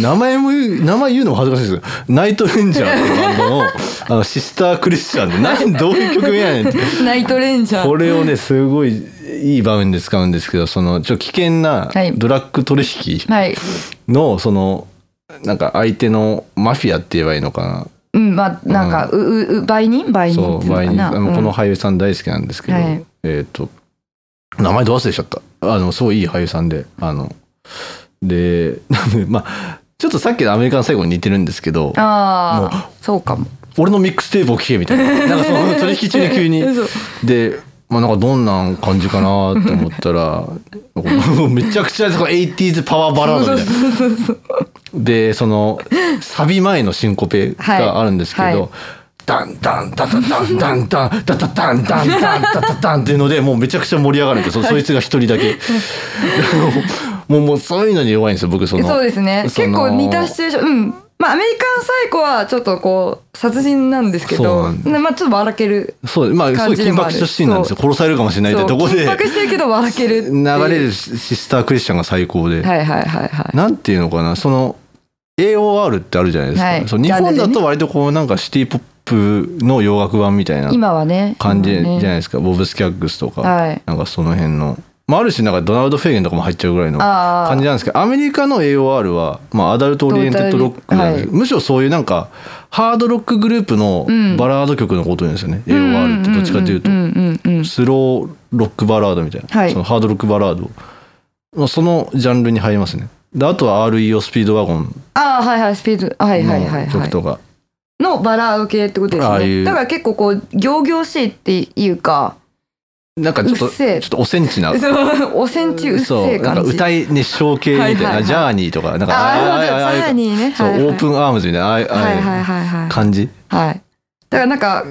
[SPEAKER 1] 名前も言う名前言うのも恥ずかしいですけどナイトレンジャーっていうバンドのあのシスター・クリスチャンで何どういう曲名やね んって
[SPEAKER 2] ナイトレンジャ
[SPEAKER 1] こ
[SPEAKER 2] ー。
[SPEAKER 1] れをねすごいいい場面で使うんですけどそのちょっと危険な
[SPEAKER 2] はい
[SPEAKER 1] ドラッグ取引
[SPEAKER 2] はい。
[SPEAKER 1] のそのなんか相手のマフィアって言えばいいのかな
[SPEAKER 2] うん、まあなんか、ううう売人売人
[SPEAKER 1] そ
[SPEAKER 2] っ
[SPEAKER 1] う
[SPEAKER 2] ていうの
[SPEAKER 1] 前
[SPEAKER 2] か
[SPEAKER 1] に
[SPEAKER 2] な
[SPEAKER 1] あのこの
[SPEAKER 2] うん
[SPEAKER 1] 俳優さん大好きなんですけど、
[SPEAKER 2] はい
[SPEAKER 1] えっ、と名前ど忘れしちゃったあのすごいいい俳優さんであので なんでまあちょっとさっきのアメリカの最後に似てるんですけど
[SPEAKER 2] ああそうかも
[SPEAKER 1] 俺のミックステープを聞けみたい ななんかその取引中に急に
[SPEAKER 2] 嘘
[SPEAKER 1] で、まあ、なんかどんな感じかなと思ったら めちゃくちゃその 80s パワーバラードみたいな。でそのサビ前のシンコペがあるんですけど。
[SPEAKER 2] はいはい
[SPEAKER 1] ダンダンダンダンダンダンダンダンダンダンダンダンダンダンダンっていうのでもうめちゃくちゃ盛り上がるんですよそそいつが一人だ けもうもうそういうのに弱いんですよ僕その
[SPEAKER 2] そうですね
[SPEAKER 1] そ
[SPEAKER 2] 結
[SPEAKER 1] の
[SPEAKER 2] 構似たシチュエーションうんまあアメリカンサイコはちょっとこう殺人なんですけ
[SPEAKER 1] そう
[SPEAKER 2] ど
[SPEAKER 1] なんで
[SPEAKER 2] なまあちょっと笑ける
[SPEAKER 1] そうまあすご
[SPEAKER 2] 感
[SPEAKER 1] い
[SPEAKER 2] じで
[SPEAKER 1] 緊
[SPEAKER 2] も
[SPEAKER 1] 迫
[SPEAKER 2] ある
[SPEAKER 1] したシーンなんですよ殺されるかもしれないって
[SPEAKER 2] そう
[SPEAKER 1] とこで
[SPEAKER 2] 緊迫してるけど笑けるっていう
[SPEAKER 1] 流れるシシスタークリスチャンが最高で、
[SPEAKER 2] はいはいはいはい
[SPEAKER 1] なんていうのかなその AOR ってあるじゃないですか、
[SPEAKER 2] はい
[SPEAKER 1] そう日
[SPEAKER 2] ジャン
[SPEAKER 1] 本
[SPEAKER 2] ルで
[SPEAKER 1] だ
[SPEAKER 2] ね
[SPEAKER 1] と割とこうなんかシティポップの洋楽版みたいな
[SPEAKER 2] 今はね
[SPEAKER 1] 感じじゃ
[SPEAKER 2] 今
[SPEAKER 1] ない
[SPEAKER 2] はね
[SPEAKER 1] ですか、ボブ・スキャッグスとか、
[SPEAKER 2] はい
[SPEAKER 1] なんかその辺の、まあ、ある種なんかドナルド・フェーゲンとかも入っちゃうぐらいの
[SPEAKER 2] あー
[SPEAKER 1] 感じなんですけどアメリカの AOR は、まあ、アダルト・オリエンテッド・ロックなんですけどむしろそういうなんかハードロックグループの
[SPEAKER 2] うん
[SPEAKER 1] バラード曲のことを言うんですよね、AOR ってどっちかというと
[SPEAKER 2] ん。んうんうん
[SPEAKER 1] スローロックバラードみたいな、
[SPEAKER 2] はい
[SPEAKER 1] そのハードロックバラードまあそのジャンルに入りますねであとは REO スピードワゴン
[SPEAKER 2] ああはいはいスピードはいはいは
[SPEAKER 1] の
[SPEAKER 2] いは
[SPEAKER 1] 曲
[SPEAKER 2] い
[SPEAKER 1] とか
[SPEAKER 2] のバラード系ってことで
[SPEAKER 1] あ
[SPEAKER 2] す
[SPEAKER 1] あいう
[SPEAKER 2] ねだから結構こう行々しいっていうか
[SPEAKER 1] なんかちょっ
[SPEAKER 2] う
[SPEAKER 1] と
[SPEAKER 2] っせ
[SPEAKER 1] ちょ
[SPEAKER 2] え
[SPEAKER 1] っとおセンチな
[SPEAKER 2] そうおせんちうっ
[SPEAKER 1] そ
[SPEAKER 2] せ
[SPEAKER 1] う
[SPEAKER 2] え
[SPEAKER 1] なん
[SPEAKER 2] 感
[SPEAKER 1] か
[SPEAKER 2] じ
[SPEAKER 1] 歌い熱唱系みたいな、
[SPEAKER 2] はいはいはい
[SPEAKER 1] ジャーニーとかなんか
[SPEAKER 2] ああそう
[SPEAKER 1] ああ
[SPEAKER 2] そう
[SPEAKER 1] ああ
[SPEAKER 2] さらにね
[SPEAKER 1] そう、
[SPEAKER 2] はいはい
[SPEAKER 1] オープンアームズみたいなああああ
[SPEAKER 2] はい
[SPEAKER 1] いう
[SPEAKER 2] はいはいはい
[SPEAKER 1] 感じ
[SPEAKER 2] はい。だからなんか、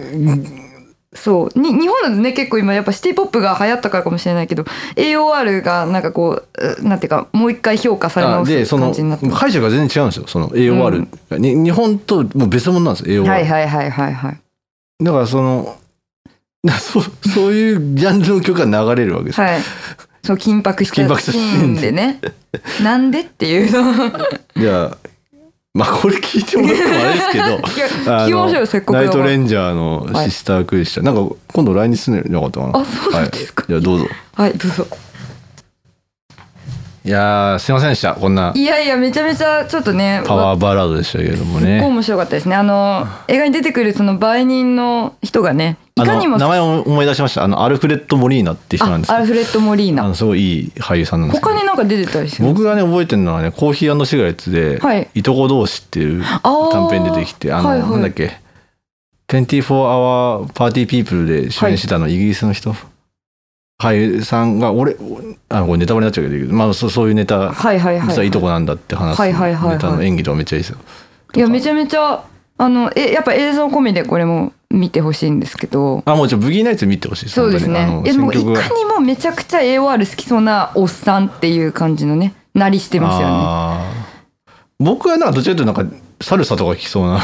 [SPEAKER 2] そうに日本だとね結構今やっぱシティポップが流行ったからかもしれないけど AOR がなんかこううなんていうかもう一回評価され
[SPEAKER 1] あ
[SPEAKER 2] 直
[SPEAKER 1] でそ
[SPEAKER 2] す
[SPEAKER 1] の
[SPEAKER 2] 感じになってます
[SPEAKER 1] 解釈が全然違うんですよその AOR、に日本ともう別物なんです AOR、
[SPEAKER 2] はいはいはいはいはい
[SPEAKER 1] だからそのそうそういうジャンルの曲が流れるわけです
[SPEAKER 2] はいそう緊迫し
[SPEAKER 1] 緊
[SPEAKER 2] た
[SPEAKER 1] 迫した
[SPEAKER 2] シ
[SPEAKER 1] シ
[SPEAKER 2] ー
[SPEAKER 1] ー
[SPEAKER 2] ン
[SPEAKER 1] ン
[SPEAKER 2] で
[SPEAKER 1] で
[SPEAKER 2] ねなんでってい うの。
[SPEAKER 1] いや、まあこれ聞いてもらってもあれですけど
[SPEAKER 2] いや
[SPEAKER 1] あ
[SPEAKER 2] 聞きましょうよせっ
[SPEAKER 1] の
[SPEAKER 2] かく
[SPEAKER 1] ナイトレ
[SPEAKER 2] ン
[SPEAKER 1] ンジャーのシスタークリスチャン、なんか今度来日するんじゃなかったかな
[SPEAKER 2] あそうなんですか
[SPEAKER 1] はい、じゃあどうぞ
[SPEAKER 2] はいどうぞ
[SPEAKER 1] いやーすいませんでしたこんない
[SPEAKER 2] やいやめちゃめちゃちょっとね
[SPEAKER 1] パワーバラードでしたけれども
[SPEAKER 2] すっごい
[SPEAKER 1] ね
[SPEAKER 2] 面白かったですねあの映画に出てくるその売人の人がねい
[SPEAKER 1] あ
[SPEAKER 2] か
[SPEAKER 1] の
[SPEAKER 2] にも
[SPEAKER 1] 名前を思い出しましたあのアルフレッド・モリーナって人なんです
[SPEAKER 2] あア
[SPEAKER 1] け
[SPEAKER 2] ル
[SPEAKER 1] ど
[SPEAKER 2] フレッド・モリー
[SPEAKER 1] あ
[SPEAKER 2] ナ
[SPEAKER 1] のすごいいい俳優さんなんですけど
[SPEAKER 2] 他になんか出てたりする
[SPEAKER 1] 僕がね覚えてるのはね「コーヒーシガレッツ」で
[SPEAKER 2] はい
[SPEAKER 1] 「いとこ同士」っていう
[SPEAKER 2] ー
[SPEAKER 1] 短編出てきてあの、
[SPEAKER 2] はいはい
[SPEAKER 1] なんだっけ24 Hour Party People で主演してたの、イギリスの人俳優さんが俺あこれネタバレになっちゃうけど、まあ、そうそういうネタ、
[SPEAKER 2] はいはいはい
[SPEAKER 1] 実はいとこなんだって話す
[SPEAKER 2] はいはいはいはい
[SPEAKER 1] ネタの演技とかめっちゃいいですよ。
[SPEAKER 2] いや
[SPEAKER 1] とか
[SPEAKER 2] めちゃめちゃあのえやっぱ映像込みでこれも見てほしいんですけど
[SPEAKER 1] あもうちょブギーナイツ見てほしいです
[SPEAKER 2] そうですね
[SPEAKER 1] 本
[SPEAKER 2] い
[SPEAKER 1] 当
[SPEAKER 2] や
[SPEAKER 1] にあ
[SPEAKER 2] で
[SPEAKER 1] の
[SPEAKER 2] もい
[SPEAKER 1] 選曲が
[SPEAKER 2] かにもめちゃくちゃ AOR 好きそうなおっさんっていう感じのねなりしてますよねあ
[SPEAKER 1] あー僕はなんかどちらかというとなんかサルサとか聴きそうな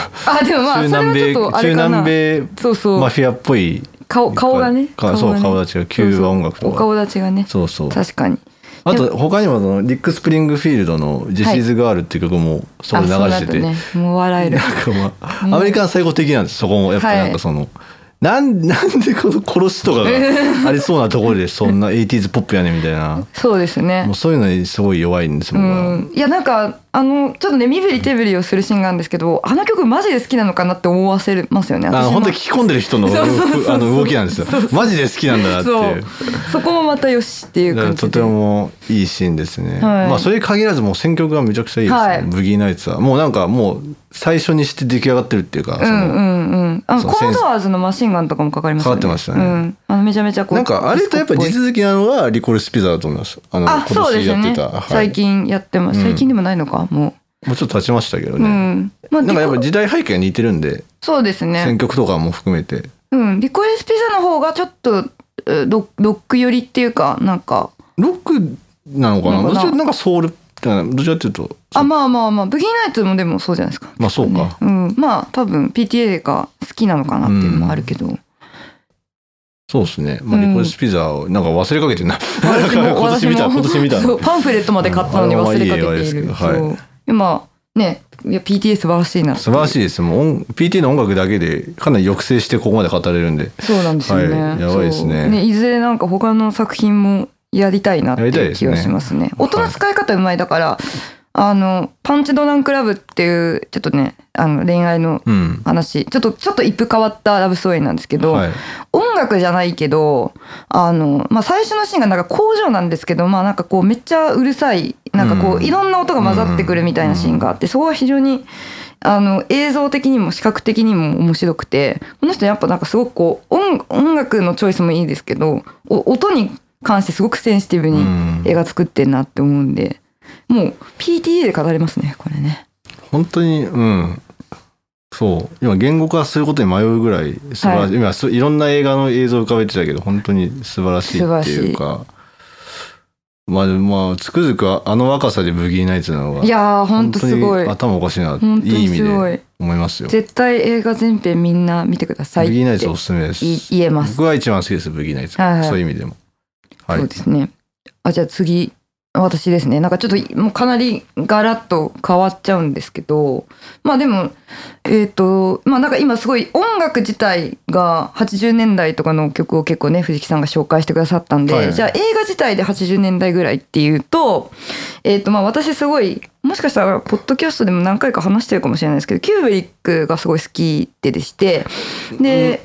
[SPEAKER 2] でもまあ
[SPEAKER 1] 中
[SPEAKER 2] それは
[SPEAKER 1] 南
[SPEAKER 2] ちょ
[SPEAKER 1] 米
[SPEAKER 2] っとあ
[SPEAKER 1] 中
[SPEAKER 2] れかな
[SPEAKER 1] 南米
[SPEAKER 2] そうそう、
[SPEAKER 1] マフィアっぽい
[SPEAKER 2] 顔顔がね
[SPEAKER 1] かそう顔立ちがキューバ音楽
[SPEAKER 2] そ
[SPEAKER 1] と
[SPEAKER 2] うそうお
[SPEAKER 1] か
[SPEAKER 2] 顔立ちがね
[SPEAKER 1] そうそう
[SPEAKER 2] 確かに
[SPEAKER 1] あと他にもそのリック・スプリングフィールドの「ジェシーズ・ガール」っていう曲もそこで流
[SPEAKER 2] あ
[SPEAKER 1] してて、
[SPEAKER 2] そうだったねもう笑える
[SPEAKER 1] なんかまあ、アメリカン最後的なんですそこもやっぱ
[SPEAKER 2] はい
[SPEAKER 1] なんかその、なん なんでこの殺しとか がありそうなところでそんな 80s ポップやねんみたいな
[SPEAKER 2] そうですね
[SPEAKER 1] もうそういうのにすごい弱いんです
[SPEAKER 2] う
[SPEAKER 1] 僕は。
[SPEAKER 2] ん、いやなんかあのちょっとね身振り手振りをするシーンがあるんですけどあの曲マジで好きなのかなって思わせますよね
[SPEAKER 1] あの
[SPEAKER 2] 私も
[SPEAKER 1] 本当に聞き込んでる人の
[SPEAKER 2] そうそうそうそう
[SPEAKER 1] あの動きなんですよマジで好きなんだなって
[SPEAKER 2] そ
[SPEAKER 1] いう
[SPEAKER 2] うそこもまたよしっていう
[SPEAKER 1] だから
[SPEAKER 2] 感じ
[SPEAKER 1] と
[SPEAKER 2] で
[SPEAKER 1] てもいいシーンですね、
[SPEAKER 2] はい
[SPEAKER 1] まあそれに限らずもう選曲がめちゃくちゃいいですね、
[SPEAKER 2] はい
[SPEAKER 1] ブギーナイツはもうなんかもう最初にして出来上がってるっていうか、
[SPEAKER 2] う
[SPEAKER 1] その
[SPEAKER 2] んうんうんあの
[SPEAKER 1] そ
[SPEAKER 2] コ
[SPEAKER 1] のセ
[SPEAKER 2] ー
[SPEAKER 1] ンス
[SPEAKER 2] ドアーズのマシンガンとかもかかりましたよね
[SPEAKER 1] かかってましたね
[SPEAKER 2] うん、あのめちゃめちゃこう
[SPEAKER 1] なんかあれとやっぱ地
[SPEAKER 2] 実
[SPEAKER 1] 続きなのはリコリスピザだと思いますあの
[SPEAKER 2] あ
[SPEAKER 1] 今
[SPEAKER 2] そうで
[SPEAKER 1] 年
[SPEAKER 2] す
[SPEAKER 1] やっ
[SPEAKER 2] ね
[SPEAKER 1] てた、はい
[SPEAKER 2] 最近やってます
[SPEAKER 1] うん
[SPEAKER 2] 最近でもないのか、も
[SPEAKER 1] もうちょっと経ちましたけど
[SPEAKER 2] う、う
[SPEAKER 1] ね、
[SPEAKER 2] んまあ
[SPEAKER 1] なんかやっぱ
[SPEAKER 2] リコ
[SPEAKER 1] 時代背景が似てるんで、
[SPEAKER 2] そうですね
[SPEAKER 1] 選曲とかも含めて
[SPEAKER 2] うんリコリスピザの方がちょっとうロロック寄りっていうかなんか
[SPEAKER 1] ロックなのかな
[SPEAKER 2] なのかな
[SPEAKER 1] どっちなんかソウルってなどちらかというと
[SPEAKER 2] あまあまあまあブギーナイツもでもそうじゃないですか
[SPEAKER 1] まあそうか、
[SPEAKER 2] うん、まあ多分 PTA が好きなのかなっていうのもあるけど、
[SPEAKER 1] そうですね、まあ、
[SPEAKER 2] うん
[SPEAKER 1] リコリスピザをなんか忘れかけてんななん
[SPEAKER 2] 私
[SPEAKER 1] か
[SPEAKER 2] も
[SPEAKER 1] 今年見た今年見た
[SPEAKER 2] そうパンフレットまで買ったのに忘れかけ
[SPEAKER 1] うんあれはまあいい映画
[SPEAKER 2] て
[SPEAKER 1] で
[SPEAKER 2] い
[SPEAKER 1] すけ
[SPEAKER 2] る、
[SPEAKER 1] どはい
[SPEAKER 2] そうでまあねいや PTA 素晴らしいな
[SPEAKER 1] 素晴らし
[SPEAKER 2] い
[SPEAKER 1] いですもう音 PT の音楽だけでかなり抑制してここまで語れるんで
[SPEAKER 2] そうなんですよね、
[SPEAKER 1] はいやばいですね
[SPEAKER 2] そういずれなんか他の作品もやりたいなって
[SPEAKER 1] やりたい
[SPEAKER 2] いう
[SPEAKER 1] で
[SPEAKER 2] 気
[SPEAKER 1] す
[SPEAKER 2] が
[SPEAKER 1] ね
[SPEAKER 2] しますね音の使い方うまいだから、あのパンチドランクラブっていうちょっとねあの恋愛の
[SPEAKER 1] うん
[SPEAKER 2] 話ちょっとちょっと一風変わったラブストーリーなんですけど、
[SPEAKER 1] はい
[SPEAKER 2] 音楽じゃないけどあの、まあ、最初のシーンがなんか工場なんですけど、まあ、なんかこうめっちゃうるさいなんかこ
[SPEAKER 1] う
[SPEAKER 2] うんいろんな音が混ざってくるみたいなシーンがあってそこは非常にあの映像的にも視覚的にも面白くてこの人やっぱなんかすごくこう音音楽のチョイスもいいですけどお音に関してすごくセンシティブ
[SPEAKER 1] う
[SPEAKER 2] に
[SPEAKER 1] ん
[SPEAKER 2] 映画作ってんなって思うんでもう PTA で語れますねこれね。
[SPEAKER 1] 本当にうんそう今言語化することに迷うぐらい素晴らしい、今すいろんな映画の映像を浮かべてたけど本当に素晴らしいっていうかまあでもまあつくづくあの若さでブギーナイツなのが
[SPEAKER 2] いやーほんとすご
[SPEAKER 1] 本当
[SPEAKER 2] い
[SPEAKER 1] に頭おかしいな
[SPEAKER 2] 本当
[SPEAKER 1] いい意
[SPEAKER 2] に
[SPEAKER 1] 味
[SPEAKER 2] す
[SPEAKER 1] で
[SPEAKER 2] ご
[SPEAKER 1] 思
[SPEAKER 2] い
[SPEAKER 1] いますよ
[SPEAKER 2] 絶対映画全編みんな見てくださいっ
[SPEAKER 1] ブギーナイ
[SPEAKER 2] て
[SPEAKER 1] ツおすすめです
[SPEAKER 2] い言えます。
[SPEAKER 1] 僕は一番好きですブギーナイツ、
[SPEAKER 2] はいはい
[SPEAKER 1] そういう意味でもはい
[SPEAKER 2] そうですね。あじゃあ次私ですね。なんかちょっともうかなりガラッと変わっちゃうんですけど、まあでもえっ、とまあなんか今すごい音楽自体が80年代とかの曲を結構ね藤木さんが紹介してくださったんで、
[SPEAKER 1] はい
[SPEAKER 2] じゃあ映画自体で80年代ぐらいっていうと、えっ、とまあ私すごいもしかしたらポッドキャストでも何回か話してるかもしれないですけど、キューブリックがすごい好きででして、で。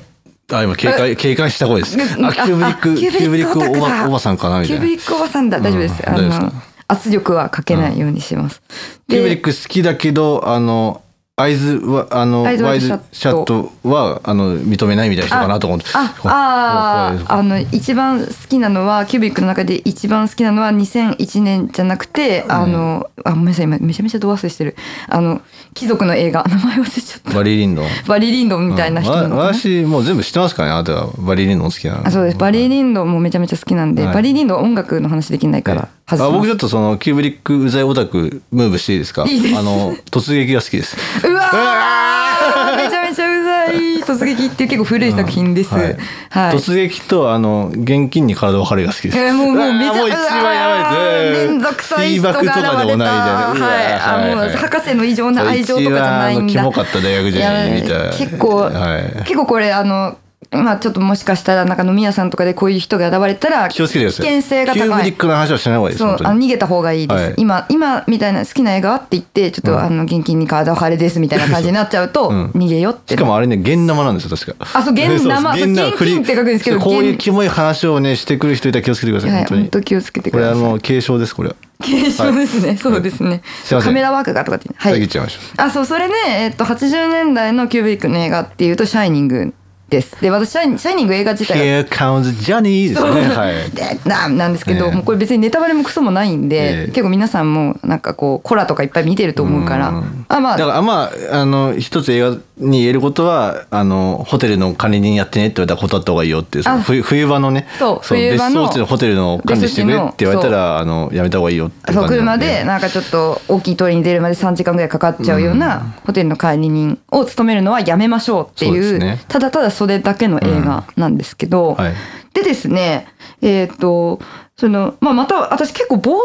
[SPEAKER 1] あ今警戒警戒した声です
[SPEAKER 2] うん
[SPEAKER 1] あキューブリッ
[SPEAKER 2] あ
[SPEAKER 1] ク
[SPEAKER 2] あ
[SPEAKER 1] キ
[SPEAKER 2] キ
[SPEAKER 1] ュ
[SPEAKER 2] ュ
[SPEAKER 1] ー
[SPEAKER 2] ー
[SPEAKER 1] ブ
[SPEAKER 2] ブ
[SPEAKER 1] リ
[SPEAKER 2] リ
[SPEAKER 1] ッ
[SPEAKER 2] ッ
[SPEAKER 1] ク
[SPEAKER 2] ク
[SPEAKER 1] おば
[SPEAKER 2] オタクだ
[SPEAKER 1] おばさんかなみ
[SPEAKER 2] キ
[SPEAKER 1] たい
[SPEAKER 2] ュー
[SPEAKER 1] な
[SPEAKER 2] ブリックおばさんだ大丈夫です、
[SPEAKER 1] うん
[SPEAKER 2] あ
[SPEAKER 1] 大丈夫です
[SPEAKER 2] の
[SPEAKER 1] か
[SPEAKER 2] 圧力はかけないようにしてます、
[SPEAKER 1] キューブリッ
[SPEAKER 2] で
[SPEAKER 1] ク好きだけどあの合図はあのワ
[SPEAKER 2] 合
[SPEAKER 1] イ
[SPEAKER 2] 図
[SPEAKER 1] ズ
[SPEAKER 2] ワイズ
[SPEAKER 1] シ
[SPEAKER 2] シ
[SPEAKER 1] ャ
[SPEAKER 2] ャット
[SPEAKER 1] ットはあの認めないみたいな人かなと思って
[SPEAKER 2] あ
[SPEAKER 1] こ
[SPEAKER 2] あ
[SPEAKER 1] こ
[SPEAKER 2] ーあの一番好きなのはキューブリックの中で一番好きなのは2001年じゃなくてあの、あごめんなさい今めちゃめちゃ度忘れしてるあの貴族の映画名前忘れちゃっ
[SPEAKER 1] バリー・リンドン
[SPEAKER 2] たバリー・リンドンみたいな人なのか
[SPEAKER 1] うん
[SPEAKER 2] な、
[SPEAKER 1] わ私もう全部知ってますからねあなたはバリー・リンドン好きなの
[SPEAKER 2] あそうですバリー・リンドンもめちゃめちゃ好きなんで、
[SPEAKER 1] はい
[SPEAKER 2] バリー・リンドンは音楽の話できないから外します
[SPEAKER 1] あ僕ちょっとそのキューブリックうざいオタクムーブしていいですか
[SPEAKER 2] いいです
[SPEAKER 1] あの突撃が好きです
[SPEAKER 2] うわーめちゃめちゃうざい突撃っていう結構古い作品です。
[SPEAKER 1] うん
[SPEAKER 2] は
[SPEAKER 1] はい
[SPEAKER 2] い。
[SPEAKER 1] 突撃とあの現金に体を張れが好きです。
[SPEAKER 2] えーもうもうめち
[SPEAKER 1] あ
[SPEAKER 2] ゃ
[SPEAKER 1] ーもう一番やばいです。
[SPEAKER 2] うわーめんどくさい
[SPEAKER 1] ティ
[SPEAKER 2] 人
[SPEAKER 1] ーバ
[SPEAKER 2] が
[SPEAKER 1] ッ
[SPEAKER 2] 現
[SPEAKER 1] クと
[SPEAKER 2] れた。
[SPEAKER 1] かでもないみたいな。
[SPEAKER 2] はい。あもう博士の異常な愛情とかじゃないん
[SPEAKER 1] 一番あのキモ
[SPEAKER 2] だ。
[SPEAKER 1] かった大学
[SPEAKER 2] い
[SPEAKER 1] 時
[SPEAKER 2] や
[SPEAKER 1] 代みたいな。
[SPEAKER 2] 結構、
[SPEAKER 1] はい。
[SPEAKER 2] 結構これあのまあちょっともしかしたらなんか飲み屋さんとかでこういう人が現れたら
[SPEAKER 1] 気をつけてください。
[SPEAKER 2] 危険性が
[SPEAKER 1] キューブ
[SPEAKER 2] 高
[SPEAKER 1] リ
[SPEAKER 2] い
[SPEAKER 1] ッ。クの話はしない方がいいです。
[SPEAKER 2] そう
[SPEAKER 1] 本
[SPEAKER 2] あ
[SPEAKER 1] 当
[SPEAKER 2] の
[SPEAKER 1] に。
[SPEAKER 2] 逃げた方がいいです、
[SPEAKER 1] はい
[SPEAKER 2] 今今みたいな好きな映画はって言ってちょっと、あの現金に体を張れですみたいな感じになっちゃうと、
[SPEAKER 1] ん
[SPEAKER 2] 逃げよって
[SPEAKER 1] しかもあれね、現生なんですよ、確か。
[SPEAKER 2] あそう現生そう
[SPEAKER 1] 現生
[SPEAKER 2] 現金って書くんですけど
[SPEAKER 1] そうこういう
[SPEAKER 2] 現
[SPEAKER 1] キモい話をね、してくる人いたら気をつけてください、
[SPEAKER 2] はい、
[SPEAKER 1] 本当
[SPEAKER 2] 本
[SPEAKER 1] に。
[SPEAKER 2] 当気をつけて
[SPEAKER 1] こ
[SPEAKER 2] く
[SPEAKER 1] れ
[SPEAKER 2] だ
[SPEAKER 1] あ
[SPEAKER 2] さい。
[SPEAKER 1] の、軽症です、これは。
[SPEAKER 2] 軽症ですね、そうですね
[SPEAKER 1] すいません
[SPEAKER 2] カメラワークがとかって、は
[SPEAKER 1] 遮っ
[SPEAKER 2] い。
[SPEAKER 1] ちゃいましょう。
[SPEAKER 2] あ、そう、それで、えっと、80年代のキューブリックの映画っていうと、シャイニングです。で、私、シャイシャイニング映画自体が
[SPEAKER 1] Here comes Johnny ですね。はい。
[SPEAKER 2] でななんですけど、
[SPEAKER 1] ええ
[SPEAKER 2] もうこれ別にネタバレもクソもないんで、
[SPEAKER 1] ええ
[SPEAKER 2] 結構皆さんもなんかこうコラとかいっぱい見てると思うから
[SPEAKER 1] うん
[SPEAKER 2] あまあ
[SPEAKER 1] だからまああの一つ映画に言えることはあのホテルの管理人やってねって言われたら断った方がいいよっていうその
[SPEAKER 2] あ
[SPEAKER 1] 冬冬場のね
[SPEAKER 2] そう冬場の
[SPEAKER 1] 別荘地のホテルの管理してくれって言われたらあのやめた方がいいよっていう
[SPEAKER 2] そう
[SPEAKER 1] 感じな
[SPEAKER 2] 車
[SPEAKER 1] ん
[SPEAKER 2] でなんかちょっと大きい通りに出るまで3時間ぐらいかかっちゃうようなホテルの管理人を務めるのはやめましょうって
[SPEAKER 1] そうで
[SPEAKER 2] い
[SPEAKER 1] す
[SPEAKER 2] う
[SPEAKER 1] ね
[SPEAKER 2] ただただそれだけの映画なんですけど、
[SPEAKER 1] はい
[SPEAKER 2] でですねえっ、とその、まあ、また私結構冒頭の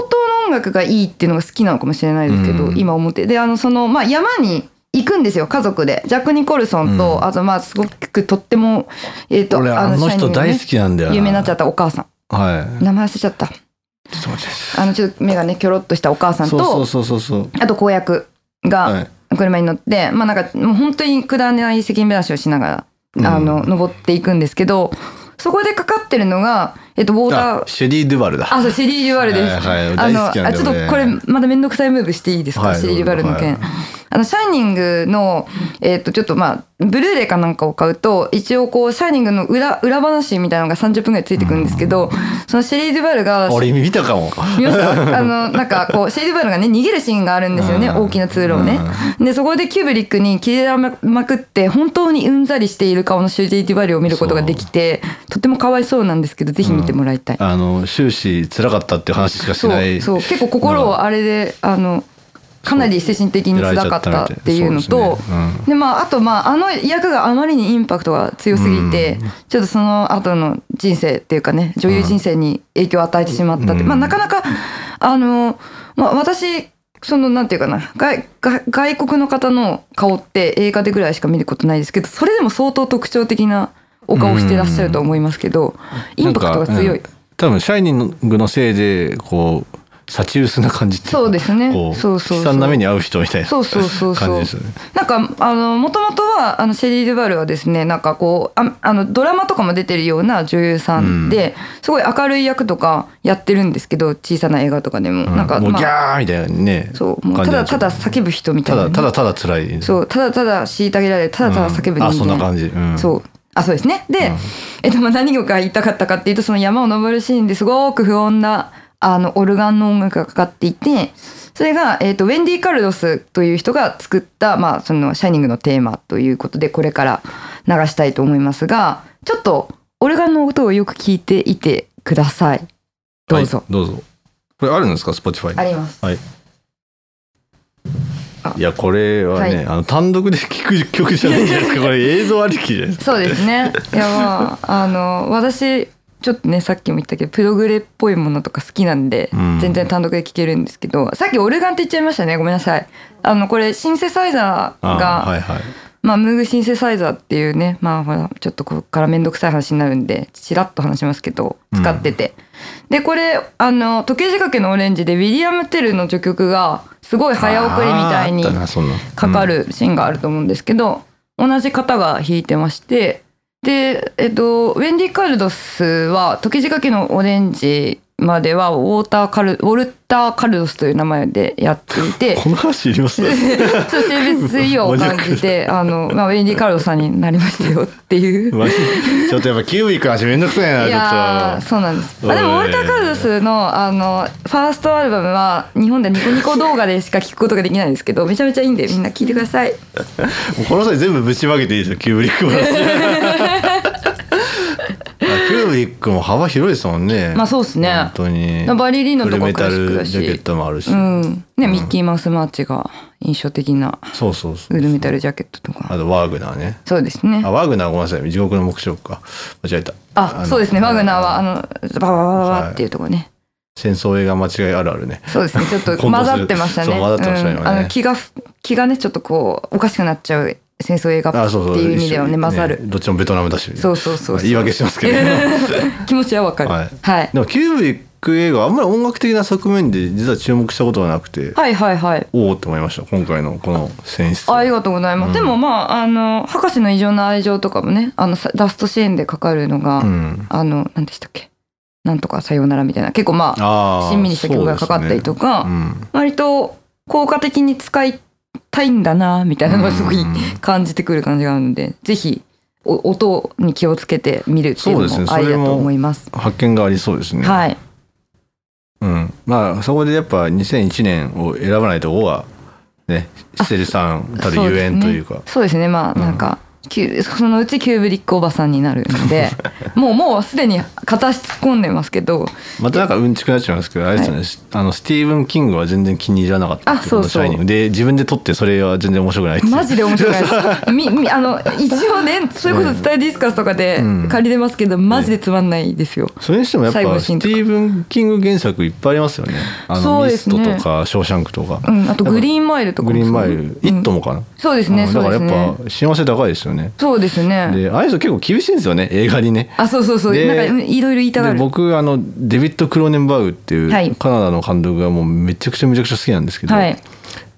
[SPEAKER 2] 音楽がいいっていうのが好きなのかもしれないですけど、
[SPEAKER 1] うん
[SPEAKER 2] 今思ってであのその、まあ、山に行くんですよ家族でジャック・ニコルソンと、
[SPEAKER 1] うん
[SPEAKER 2] あとまあすごくとってもえっ、と
[SPEAKER 1] 俺あの
[SPEAKER 2] シャイニ
[SPEAKER 1] 人
[SPEAKER 2] ングね
[SPEAKER 1] 大好きなんだよな
[SPEAKER 2] 有名になっちゃったお母さ
[SPEAKER 1] は
[SPEAKER 2] ん名前忘れちゃった
[SPEAKER 1] いちょっと待って
[SPEAKER 2] あのちょっと目がねキョロっとしたお母さんと
[SPEAKER 1] そうそうそうそうそう
[SPEAKER 2] あと公約
[SPEAKER 1] は
[SPEAKER 2] が
[SPEAKER 1] い
[SPEAKER 2] 車に乗って、まあなんかもう本当にくだらない責任話をしなが
[SPEAKER 1] うん
[SPEAKER 2] ら、あの登っていくんですけどそこでかかってるのが、えっと、ウォータ
[SPEAKER 1] あ
[SPEAKER 2] ー
[SPEAKER 1] シェリー・ドゥバルだ
[SPEAKER 2] あそうシェリー・デュバルです、
[SPEAKER 1] はいはい
[SPEAKER 2] あの
[SPEAKER 1] 大好きなん
[SPEAKER 2] あ
[SPEAKER 1] だ
[SPEAKER 2] ち
[SPEAKER 1] よ
[SPEAKER 2] ょっと
[SPEAKER 1] ね
[SPEAKER 2] これまだ面倒くさいムーブしていいですか、
[SPEAKER 1] はい
[SPEAKER 2] シェリー・デュバルの件、
[SPEAKER 1] はい
[SPEAKER 2] あのシャイニングのえっとちょっとまあブルーレイかなんかを買うと一応こうシャイニングの裏裏話みたいなのが30分ぐらいついてくるんですけど、そのシェリー・デュバルが
[SPEAKER 1] 俺見たかも
[SPEAKER 2] 見ましたあのなんかこうシェイドバールがね逃げるシーンがあるんですよね、
[SPEAKER 1] うん
[SPEAKER 2] 大きな通路をね、でそこでキューブリックに切れられまくって本当にうんざりしている顔のシュジェイディバリを見ることができてとてもかわいそうなんですけどぜひ見てもらいたい、
[SPEAKER 1] あの終始辛かったっていう話しかし
[SPEAKER 2] そ
[SPEAKER 1] な
[SPEAKER 2] う
[SPEAKER 1] い
[SPEAKER 2] そう結構心をあれであのかなり精神的に辛かったっていうの
[SPEAKER 1] そう
[SPEAKER 2] と
[SPEAKER 1] ですね
[SPEAKER 2] でまあ、あと、まあ、あの役があまりにインパクトが強すぎて、ちょっとその後の人生っていうかね女優人生に影響を与えてしまったって、
[SPEAKER 1] うん
[SPEAKER 2] まあ、なかなかあの、まあ、私そのなんていうかな外外外国の方の顔って映画でぐらいしか見ることないですけどそれでも相当特徴的なお顔をしてらっしゃると思いますけど、インパクトが強い。
[SPEAKER 1] なんかうん多分「シャイニング」のせいでこうシャチウスな感じっていか
[SPEAKER 2] そうですね
[SPEAKER 1] こう
[SPEAKER 2] そうそうそう
[SPEAKER 1] 悲惨な目に遭う人みたいな
[SPEAKER 2] そうそうそうそう
[SPEAKER 1] 感じですよね
[SPEAKER 2] なんかあのもともとはあのシェリー・デュバルはですねなんかこうああのドラマとかも出てるような女優さんで、すごい明るい役とかやってるんですけど小さな映画とかでも、
[SPEAKER 1] うん
[SPEAKER 2] なんか
[SPEAKER 1] もうギ
[SPEAKER 2] まあ
[SPEAKER 1] ャーみたいなね
[SPEAKER 2] そうもう
[SPEAKER 1] 感
[SPEAKER 2] た
[SPEAKER 1] じなん
[SPEAKER 2] だ
[SPEAKER 1] ですよ
[SPEAKER 2] ただ叫ぶ人みた
[SPEAKER 1] た
[SPEAKER 2] いなね、
[SPEAKER 1] だただただ辛い
[SPEAKER 2] そうただただ虐げられただただ叫
[SPEAKER 1] う
[SPEAKER 2] ぶ人
[SPEAKER 1] ん
[SPEAKER 2] 間、
[SPEAKER 1] あそんな感じ、うん、
[SPEAKER 2] そうあそうですねで、えっとまあ、何が言いたかったかっていうとその山を登るシーンですごく不穏なあのオルガンの音楽がかかっていてそれが、えっとウェンディ・カルロスという人が作った「まあ、そのシャイニング」のテーマということでこれから流したいと思いますがちょっとオルガンの音をよく聞いていてください。どうぞ、
[SPEAKER 1] はいどうぞこれあるんですか Spotify
[SPEAKER 2] あります。
[SPEAKER 1] いやこれはね、
[SPEAKER 2] はい
[SPEAKER 1] あの単独で聴く曲じゃないじゃないです かこれ映像ありきじゃないですか
[SPEAKER 2] そうですね。いやまああの私ちょっとねさっきも言ったけどプログレっぽいものとか好きなんで、
[SPEAKER 1] うん
[SPEAKER 2] 全然単独で聴けるんですけどさっきオルガンって言っちゃいましたねごめんなさい。あのこれシンセサイザーが
[SPEAKER 1] あーはいはい
[SPEAKER 2] まあムーグシンセサイザーっていうねまあほらちょっとここから面倒くさい話になるんでちらっと話しますけど使ってて、でこれあの時計仕掛けのオレンジでウィリアム・テルの序曲がすごい早送りみたいに
[SPEAKER 1] あーあったなそんな
[SPEAKER 2] かか、るシーンがあると思うんですけど、同じ方が弾いてましてで、えっと、ウェンディ・カルドスは「時仕掛けのオレンジ」まではウォーターカルウォルター・カルドスという名前でやって い
[SPEAKER 1] うん
[SPEAKER 2] て
[SPEAKER 1] この話いります
[SPEAKER 2] そう性別意を感じてあの、まあ、ウェンディ・カルドスさんになりましたよっていう。
[SPEAKER 1] マジちょっとやっぱキュービックの話めんどくさい
[SPEAKER 2] いや
[SPEAKER 1] なち
[SPEAKER 2] ー
[SPEAKER 1] ょっ
[SPEAKER 2] そうなんです、まあ、でもウ
[SPEAKER 1] おい
[SPEAKER 2] ォルター・カルドスのあのファーストアルバムは日本ではニコニコ動画でしか聴くことができないんですけどめちゃめちゃいいんでみんな聴いてください。
[SPEAKER 1] ともうこの際全部ぶちまけていいですよキュービックもあキュービックも幅広いですもんね
[SPEAKER 2] まあそうっすね
[SPEAKER 1] 本当に
[SPEAKER 2] バリリーノとか
[SPEAKER 1] フルメタ
[SPEAKER 2] クラシックだ
[SPEAKER 1] ル
[SPEAKER 2] し
[SPEAKER 1] ジャケットもあるし、
[SPEAKER 2] うん、ね、ミッキーマウスマーチが印象的な
[SPEAKER 1] そうそうそう
[SPEAKER 2] ウルメタルジャケットとか。
[SPEAKER 1] あとワーグナーね
[SPEAKER 2] そうですね
[SPEAKER 1] あ。ワーグナーごめんなさい地獄の目標か間違えた
[SPEAKER 2] あ、そうですね。ワグナーはあのバババババ
[SPEAKER 1] はい
[SPEAKER 2] っていうとこね。
[SPEAKER 1] 戦争映画間違いあるあるね
[SPEAKER 2] そうですね。ちょっと
[SPEAKER 1] 混
[SPEAKER 2] 混
[SPEAKER 1] 同する
[SPEAKER 2] ざってましたね。
[SPEAKER 1] そう混ざってましたね
[SPEAKER 2] うん
[SPEAKER 1] 今ね
[SPEAKER 2] あの気が気がねちょっとこうおかしくなっちゃう戦争映画
[SPEAKER 1] あ
[SPEAKER 2] って
[SPEAKER 1] そうそう
[SPEAKER 2] いう意味ではね
[SPEAKER 1] 一緒
[SPEAKER 2] 混ざる。
[SPEAKER 1] どっちもベトナムだし
[SPEAKER 2] そうそうそうそう。
[SPEAKER 1] 言い訳してます けど
[SPEAKER 2] 気持ちはわかる。
[SPEAKER 1] は
[SPEAKER 2] はいい。
[SPEAKER 1] でもキュービック映画あんまり音楽的な側面で実は注目したことがなくて、
[SPEAKER 2] はいはいはい。
[SPEAKER 1] おおって思いました今回のこの選出
[SPEAKER 2] ありがとうございます。でもまああの博士の異常な愛情とかもね、あのさラストシーンでかかるのが、
[SPEAKER 1] うん
[SPEAKER 2] あの何でしたっけ、なんとかさようならみたいな結構まあ
[SPEAKER 1] あ
[SPEAKER 2] 親身にした曲がかかったりと
[SPEAKER 1] か、
[SPEAKER 2] か、
[SPEAKER 1] うん
[SPEAKER 2] 割と効果的に使いたいんだなみたいなのがすごい
[SPEAKER 1] うん
[SPEAKER 2] 感じてくる感じがあるので、ぜひお音に気をつけて見るってい
[SPEAKER 1] そ
[SPEAKER 2] う
[SPEAKER 1] う
[SPEAKER 2] の
[SPEAKER 1] ですね
[SPEAKER 2] も
[SPEAKER 1] そ
[SPEAKER 2] あ
[SPEAKER 1] れ
[SPEAKER 2] り
[SPEAKER 1] も
[SPEAKER 2] だと思います。
[SPEAKER 1] 発見がありそうですね、
[SPEAKER 2] はい、
[SPEAKER 1] うん、まあそこでやっぱ2001年を選ばないとこはねシセルさんたるゆえんというか
[SPEAKER 2] そうですねそうですねまあなんか、キューそのうちキューブリックおばさんになる のでもうもうすでに片足突っ込んでますけど
[SPEAKER 1] またなんかうんちくなっちゃいますけどあれですよね、あのスティーブン・キングは全然気に入らなかったってい
[SPEAKER 2] あそうそう
[SPEAKER 1] このシャイニングで自分で撮ってそれは全然面白くないっていう
[SPEAKER 2] マジで面白いです。みみあの一応ねそういうこと伝えディスカスとかで
[SPEAKER 1] うん
[SPEAKER 2] 借りれますけど、マジでつまんないですよ。
[SPEAKER 1] それにしてもやっぱ
[SPEAKER 2] 最後のシー
[SPEAKER 1] ス
[SPEAKER 2] ンと
[SPEAKER 1] テ
[SPEAKER 2] か
[SPEAKER 1] ィーブン・キング原作いっぱいありますよねあ
[SPEAKER 2] そ
[SPEAKER 1] の
[SPEAKER 2] う
[SPEAKER 1] ミ
[SPEAKER 2] で
[SPEAKER 1] ス
[SPEAKER 2] すね
[SPEAKER 1] トとかショーシャンクとか、
[SPEAKER 2] うん、あとグリーンマイルとか
[SPEAKER 1] グリ
[SPEAKER 2] も
[SPEAKER 1] ーンマイ
[SPEAKER 2] そう
[SPEAKER 1] ル「イット!」もかな、
[SPEAKER 2] そうですね、
[SPEAKER 1] うん
[SPEAKER 2] そ
[SPEAKER 1] だ
[SPEAKER 2] う
[SPEAKER 1] から
[SPEAKER 2] です
[SPEAKER 1] や
[SPEAKER 2] ね
[SPEAKER 1] っ。ぱ幸せ高いですよね
[SPEAKER 2] そうですね。
[SPEAKER 1] でああいう人結構厳しいんですよね映画にね
[SPEAKER 2] あ、そうそうそう、
[SPEAKER 1] で
[SPEAKER 2] なんかうんいろいろ言いたが
[SPEAKER 1] で
[SPEAKER 2] る。
[SPEAKER 1] 僕あのデビッド・クローネンバーグっていう、
[SPEAKER 2] はい
[SPEAKER 1] カナダの監督がもうめちゃくちゃめちゃくちゃ好きなんですけど、
[SPEAKER 2] はい。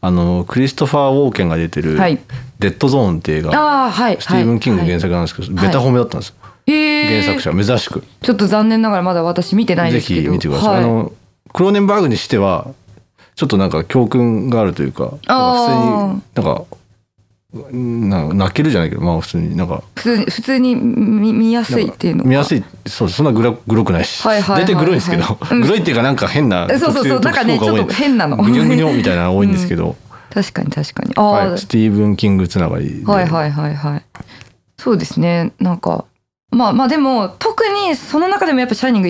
[SPEAKER 1] あのクリストファー・ウォーケンが出てる
[SPEAKER 2] はい
[SPEAKER 1] 「デッド・ゾーン」っていう映画、
[SPEAKER 2] ああ、はい。
[SPEAKER 1] スティーブン・キング
[SPEAKER 2] はい
[SPEAKER 1] 原作なんですけど、
[SPEAKER 2] はい
[SPEAKER 1] ベタ褒めだったんですよ、
[SPEAKER 2] へー
[SPEAKER 1] 原作者珍しく、
[SPEAKER 2] ちょっと残念ながらまだ私見てないん
[SPEAKER 1] ぜ
[SPEAKER 2] ですけ
[SPEAKER 1] ひ
[SPEAKER 2] ど。
[SPEAKER 1] 見てください、
[SPEAKER 2] はい
[SPEAKER 1] あのクローネンバーグにしてはちょっとなんか教訓があるというかな
[SPEAKER 2] あ
[SPEAKER 1] んか普通になんかなんか泣けるじゃないけどまあ普通になんか
[SPEAKER 2] 普通に普通に見見やすいっていうのか。
[SPEAKER 1] 見やすいそうそんなグラグロくないし、
[SPEAKER 2] はいはいはいはい
[SPEAKER 1] 大体グロいんですけど、
[SPEAKER 2] うん
[SPEAKER 1] グロいっていうかなんか変な
[SPEAKER 2] えそうそうそう
[SPEAKER 1] 特殊
[SPEAKER 2] なんかね
[SPEAKER 1] 特殊効果
[SPEAKER 2] ちょっと変なの
[SPEAKER 1] グニョグニョみたいなの多いんですけど、
[SPEAKER 2] 確かに確かに。ああ、
[SPEAKER 1] はい、スティーブン・キングつながりで
[SPEAKER 2] はいはいはいはい。そうですね。なんか。まあまあでも特にその中でもやっぱ「シャイニング」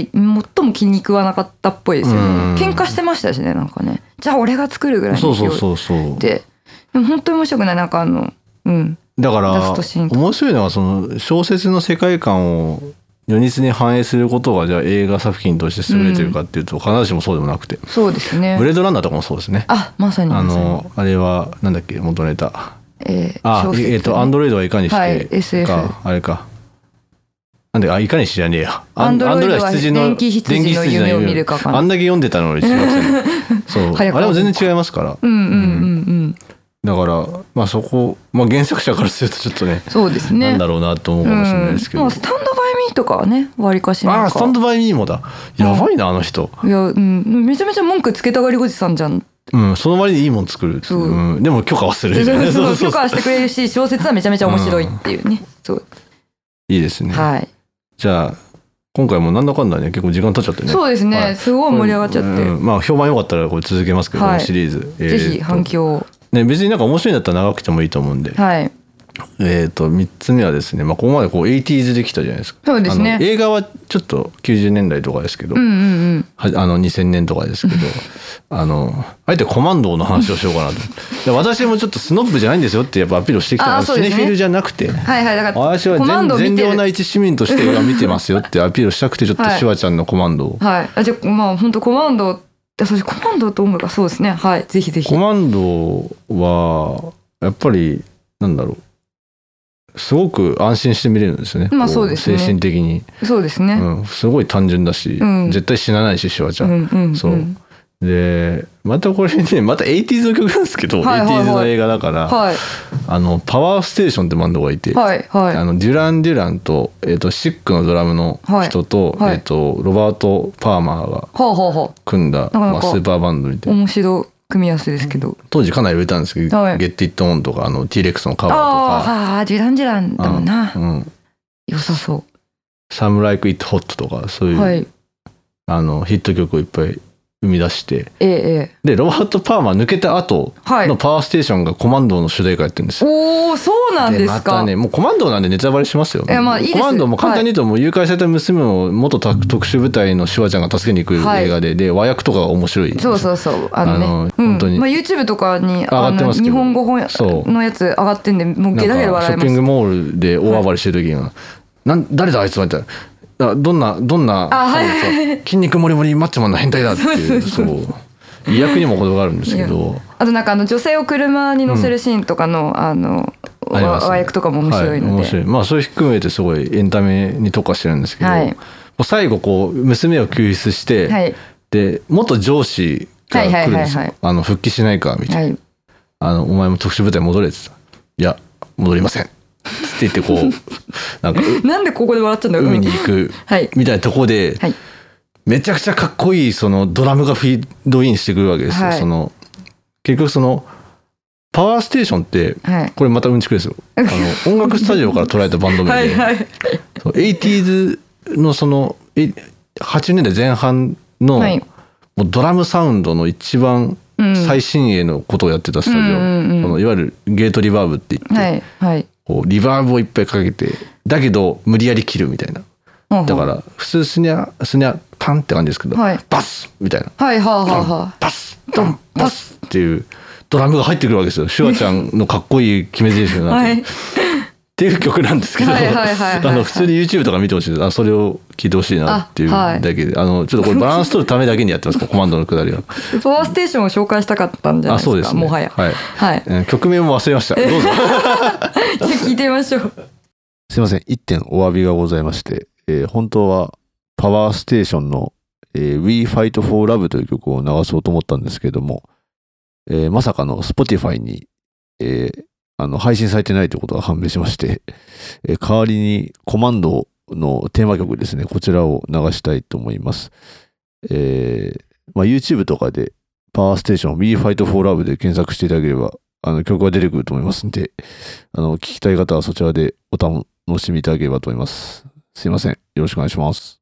[SPEAKER 2] 最も気に食わなかったっぽいですよね
[SPEAKER 1] うん
[SPEAKER 2] 喧嘩してましたしねなんかねじゃあ俺が作るぐらいにし
[SPEAKER 1] そ
[SPEAKER 2] よう
[SPEAKER 1] うそうそうそう
[SPEAKER 2] ってでも本当に面白くないなんかあのうん
[SPEAKER 1] だか
[SPEAKER 2] ラ
[SPEAKER 1] ら
[SPEAKER 2] ストシーンとか
[SPEAKER 1] 面白いのはその小説の世界観を如実に反映することがじゃあ映画作品として優れてるかっていうと、必ずしもそうでもなくて、
[SPEAKER 2] そうですね
[SPEAKER 1] ブレードランナーとかもそうですね。
[SPEAKER 2] あまさに
[SPEAKER 1] あ
[SPEAKER 2] まさに
[SPEAKER 1] のあれはなんだっけ元ネタ
[SPEAKER 2] えー
[SPEAKER 1] あ
[SPEAKER 2] 小説
[SPEAKER 1] えっ、とアンドロイドはいかにして、
[SPEAKER 2] はい SF
[SPEAKER 1] かあれかなんで、あ、いかにしじゃねえや。あ
[SPEAKER 2] Android は電
[SPEAKER 1] 電気
[SPEAKER 2] 気羊の
[SPEAKER 1] 羊の
[SPEAKER 2] 夢を
[SPEAKER 1] 夢
[SPEAKER 2] 見るかかな
[SPEAKER 1] あんだけ読んでたのに知りません、ね。 そう。あれ
[SPEAKER 2] 早川
[SPEAKER 1] も全然違いますから。
[SPEAKER 2] うんうんうんうん
[SPEAKER 1] だから、まあそこ、まあ原作者からするとちょっとね、
[SPEAKER 2] そうですね
[SPEAKER 1] なんだろうなと思うかもしれないですけ
[SPEAKER 2] う
[SPEAKER 1] ど。
[SPEAKER 2] んまあスタンドバイミーとかはねわりかし
[SPEAKER 1] あ
[SPEAKER 2] なん
[SPEAKER 1] あ、スタ
[SPEAKER 2] か
[SPEAKER 1] ンドバイミーもだ。やばいな、あの人。
[SPEAKER 2] いや、うん、めちゃめちゃ文句つけたがりおじさんじゃん
[SPEAKER 1] うん、その割にいいもん作る。
[SPEAKER 2] そう
[SPEAKER 1] うん、でも許可はするみたいな。
[SPEAKER 2] そう許可はしてくれるし小説はめちゃめちゃ面白いっていうね、そう
[SPEAKER 1] いいですね。
[SPEAKER 2] はい
[SPEAKER 1] じゃあ、今回もなんだかんだね、結構時間経っちゃってね。
[SPEAKER 2] そうですね、
[SPEAKER 1] はい
[SPEAKER 2] すごい盛り上がっちゃって、
[SPEAKER 1] うんまあ評判良かったらこれ続けますけど、
[SPEAKER 2] はい
[SPEAKER 1] このシリーズ。えー
[SPEAKER 2] ぜ
[SPEAKER 1] と
[SPEAKER 2] ひ反響を
[SPEAKER 1] ね、別になんか面白いんだったら長くてもいいと思うんで。
[SPEAKER 2] はい
[SPEAKER 1] えー、と3つ目はですね、まあ、ここまでこう 80s できたじゃないですか
[SPEAKER 2] そうですね
[SPEAKER 1] あの映画はちょっと90年代とかですけど、
[SPEAKER 2] うんうんうん
[SPEAKER 1] はあの2000年とかですけどあのあえてコマンドの話をしよう かなとで私もちょっとスノップじゃないんですよってやっぱアピールをしてきた
[SPEAKER 2] あ
[SPEAKER 1] ら、
[SPEAKER 2] ーそう
[SPEAKER 1] シ
[SPEAKER 2] です
[SPEAKER 1] ネ
[SPEAKER 2] ね
[SPEAKER 1] フィルじゃなくて。
[SPEAKER 2] はいはいだから
[SPEAKER 1] 私は
[SPEAKER 2] コマ
[SPEAKER 1] 全
[SPEAKER 2] ンドを見
[SPEAKER 1] 全
[SPEAKER 2] て
[SPEAKER 1] 量
[SPEAKER 2] る
[SPEAKER 1] な一市民として映画見てますよってアピールをしたくてちょっと
[SPEAKER 2] はい
[SPEAKER 1] シュワちゃんのコマンドを、
[SPEAKER 2] はいあじゃあまあ本当コマンドあそしてコマンドと音楽がそうですねはいぜひぜひ
[SPEAKER 1] コマンドはやっぱりなんだろうすごく安心して見れるんですよね,、
[SPEAKER 2] まあそうですね
[SPEAKER 1] 精神的に
[SPEAKER 2] そうですね、
[SPEAKER 1] うん、すごい単純だし、
[SPEAKER 2] うん
[SPEAKER 1] 絶対死なないしシュワち
[SPEAKER 2] う
[SPEAKER 1] ゃん。
[SPEAKER 2] んうんうん
[SPEAKER 1] そうでまたこれね また 80s の曲なんですけど、
[SPEAKER 2] はいはいはい
[SPEAKER 1] 80s の映画だから、
[SPEAKER 2] はい
[SPEAKER 1] あのパワーステーションってバンドがいて、
[SPEAKER 2] はいはい
[SPEAKER 1] あのデュラン・デュランと,、えー、とシックのドラムの人と,、
[SPEAKER 2] はいはい
[SPEAKER 1] えー、とロバート・パーマーが
[SPEAKER 2] ほうほうほ
[SPEAKER 1] 組んだ
[SPEAKER 2] かなか
[SPEAKER 1] まあ、スーパーバンドみた
[SPEAKER 2] う
[SPEAKER 1] いな
[SPEAKER 2] 面白組み合わせですけど
[SPEAKER 1] 当時かなり売れたんですけど「
[SPEAKER 2] はい
[SPEAKER 1] ゲット・イット・オン」とかあの T レックスのカバーとか。
[SPEAKER 2] あーあージュランジュランだもんな
[SPEAKER 1] うん
[SPEAKER 2] 良さそ
[SPEAKER 1] サムライク・イット・ホットとかそういうう、
[SPEAKER 2] はい
[SPEAKER 1] あのヒット曲をいっぱい生み出して
[SPEAKER 2] ええええ
[SPEAKER 1] でロバート・パーマー抜けた後
[SPEAKER 2] はい
[SPEAKER 1] のパワーステーションがコマンドの主題歌やってるんですよ。
[SPEAKER 2] おおそうなんですか
[SPEAKER 1] またねもうコマンドなんでネタバレしますよ。
[SPEAKER 2] いやまあいいです
[SPEAKER 1] コマンドも簡単に言うともう誘拐された娘を元特殊部隊のシュワちゃんが助けに行く
[SPEAKER 2] はい
[SPEAKER 1] 映画で、で和訳とかが面白い。
[SPEAKER 2] そうそうそうあのね
[SPEAKER 1] あの
[SPEAKER 2] うん、
[SPEAKER 1] 本当に
[SPEAKER 2] まあ、YouTube とかに
[SPEAKER 1] 上がって
[SPEAKER 2] あの
[SPEAKER 1] ますけ
[SPEAKER 2] 日
[SPEAKER 1] ど
[SPEAKER 2] 本語翻
[SPEAKER 1] そう
[SPEAKER 2] 訳のやつ上がってんでもう
[SPEAKER 1] なん
[SPEAKER 2] ゲ
[SPEAKER 1] か
[SPEAKER 2] ラゲラ
[SPEAKER 1] シ
[SPEAKER 2] 笑
[SPEAKER 1] ョ
[SPEAKER 2] い
[SPEAKER 1] ッピ
[SPEAKER 2] ま
[SPEAKER 1] ン
[SPEAKER 2] す
[SPEAKER 1] グモールで大暴れしてる時には、なん誰だあいつはみたいな。だどんなどんな
[SPEAKER 2] あはい
[SPEAKER 1] そうそう筋肉もりもりマッチョマンの変態だっていう
[SPEAKER 2] そうそう
[SPEAKER 1] そう威訳にも程があるんですけ
[SPEAKER 2] い
[SPEAKER 1] ど
[SPEAKER 2] あとなんかあの女性を車に乗せるシーンとかの、あの
[SPEAKER 1] あり
[SPEAKER 2] わ
[SPEAKER 1] ますね
[SPEAKER 2] 和訳とかも面白い
[SPEAKER 1] は
[SPEAKER 2] の
[SPEAKER 1] 面
[SPEAKER 2] で、
[SPEAKER 1] 白いまあそれ含めてすごいエンタメに特化してるんですけど、
[SPEAKER 2] はい
[SPEAKER 1] もう最後こう娘を救出して、
[SPEAKER 2] はい
[SPEAKER 1] で元上司が来るんですよ、
[SPEAKER 2] はいはいはいはい
[SPEAKER 1] あの復帰しないかみたいな、
[SPEAKER 2] はい
[SPEAKER 1] あの「お前も特殊部隊戻れ」って言ってたいや戻りません」って言ってこうなんかう
[SPEAKER 2] なんでここで笑っちゃうんだろう、
[SPEAKER 1] 海に
[SPEAKER 2] うん
[SPEAKER 1] 行く
[SPEAKER 2] はい
[SPEAKER 1] みたいなとこで、
[SPEAKER 2] はい
[SPEAKER 1] めちゃくちゃかっこいいそのドラムがフィードインしてくるわけですよ、
[SPEAKER 2] はい
[SPEAKER 1] その結局そのパワーステーションって
[SPEAKER 2] はい
[SPEAKER 1] これまたうんちく ですよあの音楽スタジオから捉えたバンド名で、
[SPEAKER 2] はいはい
[SPEAKER 1] そう 80s のそのえ80年代前半の、
[SPEAKER 2] はい
[SPEAKER 1] もうドラムサウンドの一番
[SPEAKER 2] うん
[SPEAKER 1] 最新鋭のことをやってたスタジオ、
[SPEAKER 2] うんうんうん
[SPEAKER 1] このいわゆるゲートリバーブって言って、
[SPEAKER 2] はいはい
[SPEAKER 1] こうリバーブをいっぱいかけてだけど無理やり切るみたいな
[SPEAKER 2] だ
[SPEAKER 1] だから普通スニャスニャタンって感じですけど、
[SPEAKER 2] はい
[SPEAKER 1] バスみたいな
[SPEAKER 2] はいはあはあは
[SPEAKER 1] バスドンバスっていうドラムが入ってくるわけですよシュワちゃんのかっこいい決め台詞に
[SPEAKER 2] あ
[SPEAKER 1] なって、
[SPEAKER 2] はい
[SPEAKER 1] っていう曲なんですけど、
[SPEAKER 2] はいはいはいはいはい
[SPEAKER 1] あの普通に YouTube とか見てほしいですあそれを聞いてほしいなっていう
[SPEAKER 2] あはい
[SPEAKER 1] だけであ,、のちょっとこれバランス取るためだけにやってますコマンドのくだりは
[SPEAKER 2] パワーステーションを紹介したかったんじゃない
[SPEAKER 1] あ
[SPEAKER 2] ですか
[SPEAKER 1] そうですね
[SPEAKER 2] もはや
[SPEAKER 1] はい
[SPEAKER 2] はい
[SPEAKER 1] えー曲名も忘れましたどうぞ
[SPEAKER 2] じゃあ聞いてみましょう
[SPEAKER 3] すいません、一点お詫びがございまして、えー本当はパワーステーションの、えー We Fight for Love という曲を流そうと思ったんですけども、えーまさかの Spotify に、えーあの配信されてないということが判明しまして、 えー代わりにコマンドのテーマ曲ですね、こちらを流したいと思います。えーまあ、YouTube とかでパワーステーション We Fight for Love で検索していただければ、あの曲が出てくると思いますんで、あの、聞きたい方はそちらでお楽しみいただければと思います。すいません。よろしくお願いします。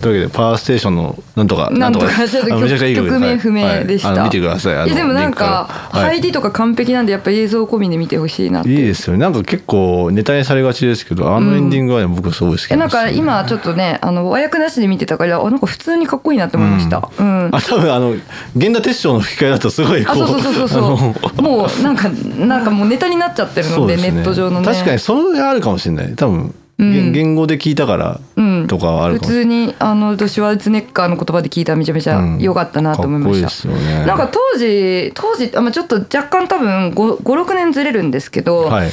[SPEAKER 1] というわけでパワーステーションのなんとか
[SPEAKER 2] なんとかちょっ
[SPEAKER 1] あのめちゃくちゃい
[SPEAKER 2] と
[SPEAKER 1] い曲で
[SPEAKER 2] 曲
[SPEAKER 1] す
[SPEAKER 2] 名不
[SPEAKER 1] はいは
[SPEAKER 2] 明
[SPEAKER 1] い
[SPEAKER 2] でし
[SPEAKER 1] あの
[SPEAKER 2] た
[SPEAKER 1] 見てくださいあの
[SPEAKER 2] いやでもな
[SPEAKER 1] リ
[SPEAKER 2] んか、
[SPEAKER 1] ンクらは
[SPEAKER 2] 入
[SPEAKER 1] い
[SPEAKER 2] りとか完璧なんでやっぱり映像込みで見てほしいなって
[SPEAKER 1] いいですよねなんか結構ネタにされがちですけどあのエンディングはね、僕すごい好き
[SPEAKER 2] え
[SPEAKER 1] な
[SPEAKER 2] なんん
[SPEAKER 1] ですよ
[SPEAKER 2] か
[SPEAKER 1] ね
[SPEAKER 2] 今ちょっとねあの和訳なしで見てたからあなんか普通にかっこいいなって思いましたうん、
[SPEAKER 1] あ多分あの源田鉄章の吹き替えだとすごいこう
[SPEAKER 2] あそうそうそうそう
[SPEAKER 1] あの
[SPEAKER 2] そうもうなんかなんかもうネタになっちゃってる
[SPEAKER 1] そ
[SPEAKER 2] の
[SPEAKER 1] う
[SPEAKER 2] ですネット上のね
[SPEAKER 1] 確かにそれがあるかもしれない多分、言言語で聞いたから
[SPEAKER 2] うん
[SPEAKER 1] とかはある
[SPEAKER 2] 普
[SPEAKER 1] かもしれない、
[SPEAKER 2] 通にあのドシュワルツェネッカーの言葉で聞いたらめちゃめちゃ良かったなと思いました、
[SPEAKER 1] かっこいいですよね
[SPEAKER 2] なんか当時当時あまあちょっと若干多分56年ずれるんですけど、
[SPEAKER 1] はい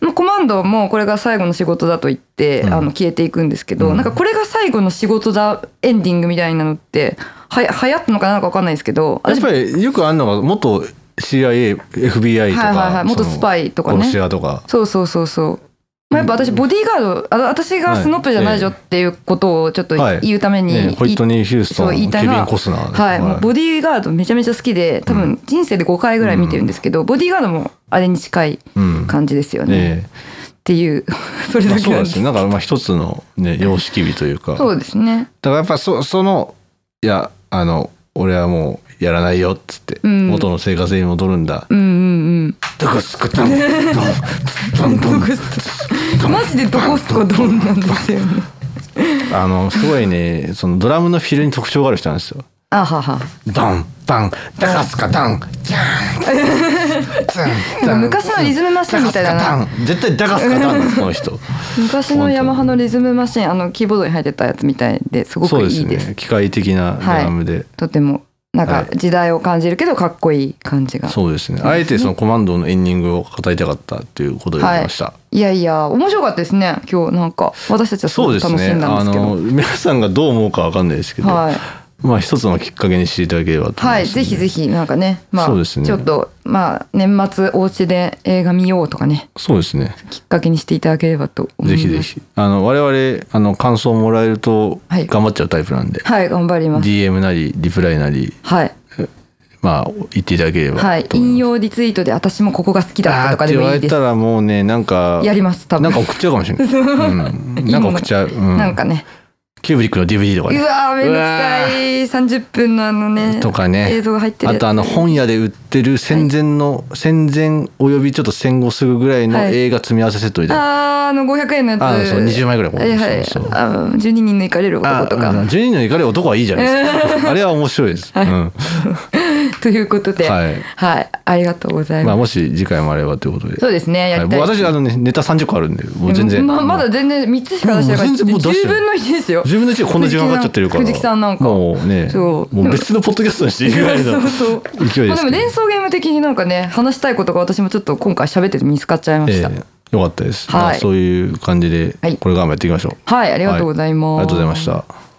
[SPEAKER 2] まあコマンドもこれが最後の仕事だと言って、
[SPEAKER 1] うん
[SPEAKER 2] あの消えていくんですけど、
[SPEAKER 1] うん
[SPEAKER 2] なんかこれが最後の仕事だエンディングみたいなのってはや流行ったのかなのか分かんないですけど
[SPEAKER 1] やっぱ
[SPEAKER 2] り
[SPEAKER 1] りよくあるのが元 CIAFBI とか、
[SPEAKER 2] はいはいはい元ス
[SPEAKER 1] イ
[SPEAKER 2] パイと
[SPEAKER 1] と
[SPEAKER 2] かね
[SPEAKER 1] 殺し屋とか
[SPEAKER 2] そうそうそうそう。まあ、やっぱ私ボディーガードあ私がスノップじゃないぞっていうことをちょっと
[SPEAKER 1] はい
[SPEAKER 2] 言うために、
[SPEAKER 1] ね、ホイットニー・ヒュースト
[SPEAKER 2] そう言い
[SPEAKER 1] ン
[SPEAKER 2] た
[SPEAKER 1] ケ
[SPEAKER 2] い
[SPEAKER 1] ビ
[SPEAKER 2] のは
[SPEAKER 1] ン・コスナーね、
[SPEAKER 2] はい、もうボディーガードめちゃめちゃ好きで多分人生で5回ぐらい見てるんですけど、ボディーガードもあれに近い
[SPEAKER 1] うん
[SPEAKER 2] 感じですよね、
[SPEAKER 1] え
[SPEAKER 2] っていうそ れ
[SPEAKER 1] えま
[SPEAKER 2] だ
[SPEAKER 1] あ、
[SPEAKER 2] け
[SPEAKER 1] そう
[SPEAKER 2] なん
[SPEAKER 1] で
[SPEAKER 2] です
[SPEAKER 1] すねなんかまあ一つの、ね、様式美というか
[SPEAKER 2] そうですね
[SPEAKER 1] だからやっぱそそのいやあの俺はもうやらないよっつって、
[SPEAKER 2] うん
[SPEAKER 1] 元の生活に戻るんだ、
[SPEAKER 2] うんうん
[SPEAKER 1] ドクスクドンドンドンド
[SPEAKER 2] う
[SPEAKER 1] ン
[SPEAKER 2] ん
[SPEAKER 1] ドン
[SPEAKER 2] マジでどこすこどんなんですよね
[SPEAKER 1] あのすごいねそのドラムのフィルに特徴がある人なんですよ
[SPEAKER 2] あはは
[SPEAKER 1] ドンバンダカスカダンジャーンツンツン
[SPEAKER 2] なんか昔のリズムマシンみたいだな
[SPEAKER 1] ダカスカダン絶対ダカスカダンなんですこの 人
[SPEAKER 2] 昔のヤマハのリズムマシンあのキーボードに入ってたやつみたいですごく
[SPEAKER 1] そう
[SPEAKER 2] い
[SPEAKER 1] で
[SPEAKER 2] いですす
[SPEAKER 1] ね機械的なドラムで、
[SPEAKER 2] とてもなん
[SPEAKER 1] は
[SPEAKER 2] か時代を感じるけどかっこいい感じが
[SPEAKER 1] そうですねあえてそのコマンドのエンディングを語りたかったっていうことでありました、
[SPEAKER 2] いやいや面白かったですね今日なんか私たちはす
[SPEAKER 1] そ
[SPEAKER 2] ご
[SPEAKER 1] う
[SPEAKER 2] く
[SPEAKER 1] です
[SPEAKER 2] 楽し
[SPEAKER 1] ね
[SPEAKER 2] んだ
[SPEAKER 1] あ
[SPEAKER 2] んですけ
[SPEAKER 1] の
[SPEAKER 2] ど
[SPEAKER 1] 皆さんがどう思うかわかんないですけど、
[SPEAKER 2] はい
[SPEAKER 1] まあ一つのきっかけにしていただければと思います、
[SPEAKER 2] はい、ぜひぜ
[SPEAKER 1] ひ
[SPEAKER 2] ひなんかね、まあ、
[SPEAKER 1] そうですね
[SPEAKER 2] ちょっとまあ年末お家で映画見ようとかね、
[SPEAKER 1] そうですね
[SPEAKER 2] きっかけにしていただければと思
[SPEAKER 1] ぜ
[SPEAKER 2] います。
[SPEAKER 1] ひぜ。ひあの我々あの感想もらえると
[SPEAKER 2] はい
[SPEAKER 1] 頑張っちゃうタイプなんで、
[SPEAKER 2] はい、頑張ります。
[SPEAKER 1] DM なりリプライなり
[SPEAKER 2] はい、
[SPEAKER 1] まあ言っていただければ
[SPEAKER 2] はい、
[SPEAKER 1] と思い
[SPEAKER 2] 引
[SPEAKER 1] ます
[SPEAKER 2] 用リツイートで私もここが好きだっ
[SPEAKER 1] あ
[SPEAKER 2] た
[SPEAKER 1] ー
[SPEAKER 2] とか
[SPEAKER 1] って
[SPEAKER 2] で
[SPEAKER 1] 言
[SPEAKER 2] も
[SPEAKER 1] われ
[SPEAKER 2] いいで
[SPEAKER 1] た
[SPEAKER 2] す。
[SPEAKER 1] らもうねなんか
[SPEAKER 2] やります多分。
[SPEAKER 1] なんか送っちゃうかもしれない、うん、なんか送っちゃう、うん、
[SPEAKER 2] なんかね、
[SPEAKER 1] キューブリックの DVD とか
[SPEAKER 2] う
[SPEAKER 1] ね
[SPEAKER 2] わーめんどくさい三十分のあのね
[SPEAKER 1] とかね
[SPEAKER 2] 映像が入ってる
[SPEAKER 1] あ
[SPEAKER 2] やつ
[SPEAKER 1] とあの本屋で売ってる戦前の、戦前およびちょっと戦後すぐぐらいの
[SPEAKER 2] はい
[SPEAKER 1] 映画積み合わせセットみたいな、
[SPEAKER 2] あーあの五百円のやつ
[SPEAKER 1] あそう20枚ぐらいこう
[SPEAKER 2] はいはい
[SPEAKER 1] そうそう
[SPEAKER 2] あの十二人の怒れる
[SPEAKER 1] あ
[SPEAKER 2] 男と
[SPEAKER 1] あ
[SPEAKER 2] か
[SPEAKER 1] の12の怒り男はいいじゃないですか あれは面白い です、うん
[SPEAKER 2] ということで
[SPEAKER 1] はい
[SPEAKER 2] はいありがとうござい
[SPEAKER 1] まあ、
[SPEAKER 2] ます
[SPEAKER 1] もし次回もあればということで
[SPEAKER 2] そうですねや
[SPEAKER 1] はい
[SPEAKER 2] り
[SPEAKER 1] も
[SPEAKER 2] た
[SPEAKER 1] う
[SPEAKER 2] い
[SPEAKER 1] 私あの、ね、ネタ30個あるんでもう全然、
[SPEAKER 2] ままだ全然3つしか出してない
[SPEAKER 1] もう全然もう出して
[SPEAKER 2] 10
[SPEAKER 1] ない
[SPEAKER 2] 分の1ですよ
[SPEAKER 1] 自分の家こんな時間かかっちゃってるから
[SPEAKER 2] 藤木さんなんか
[SPEAKER 1] もうね
[SPEAKER 2] そう
[SPEAKER 1] もう別のポッドキャストにしていくぐらいの
[SPEAKER 2] そうそう
[SPEAKER 1] 勢いで
[SPEAKER 2] まあ、
[SPEAKER 1] すけ
[SPEAKER 2] で
[SPEAKER 1] ど
[SPEAKER 2] も連想ゲーム的になんかね話したいことが私もちょっと今回喋ってて見つかっちゃいました、
[SPEAKER 1] ええよかったです、
[SPEAKER 2] はい
[SPEAKER 1] まあ、そういう感じで
[SPEAKER 2] はい
[SPEAKER 1] これからもやっていきましょう、
[SPEAKER 2] はいありがとうございます、
[SPEAKER 1] ありがとうございました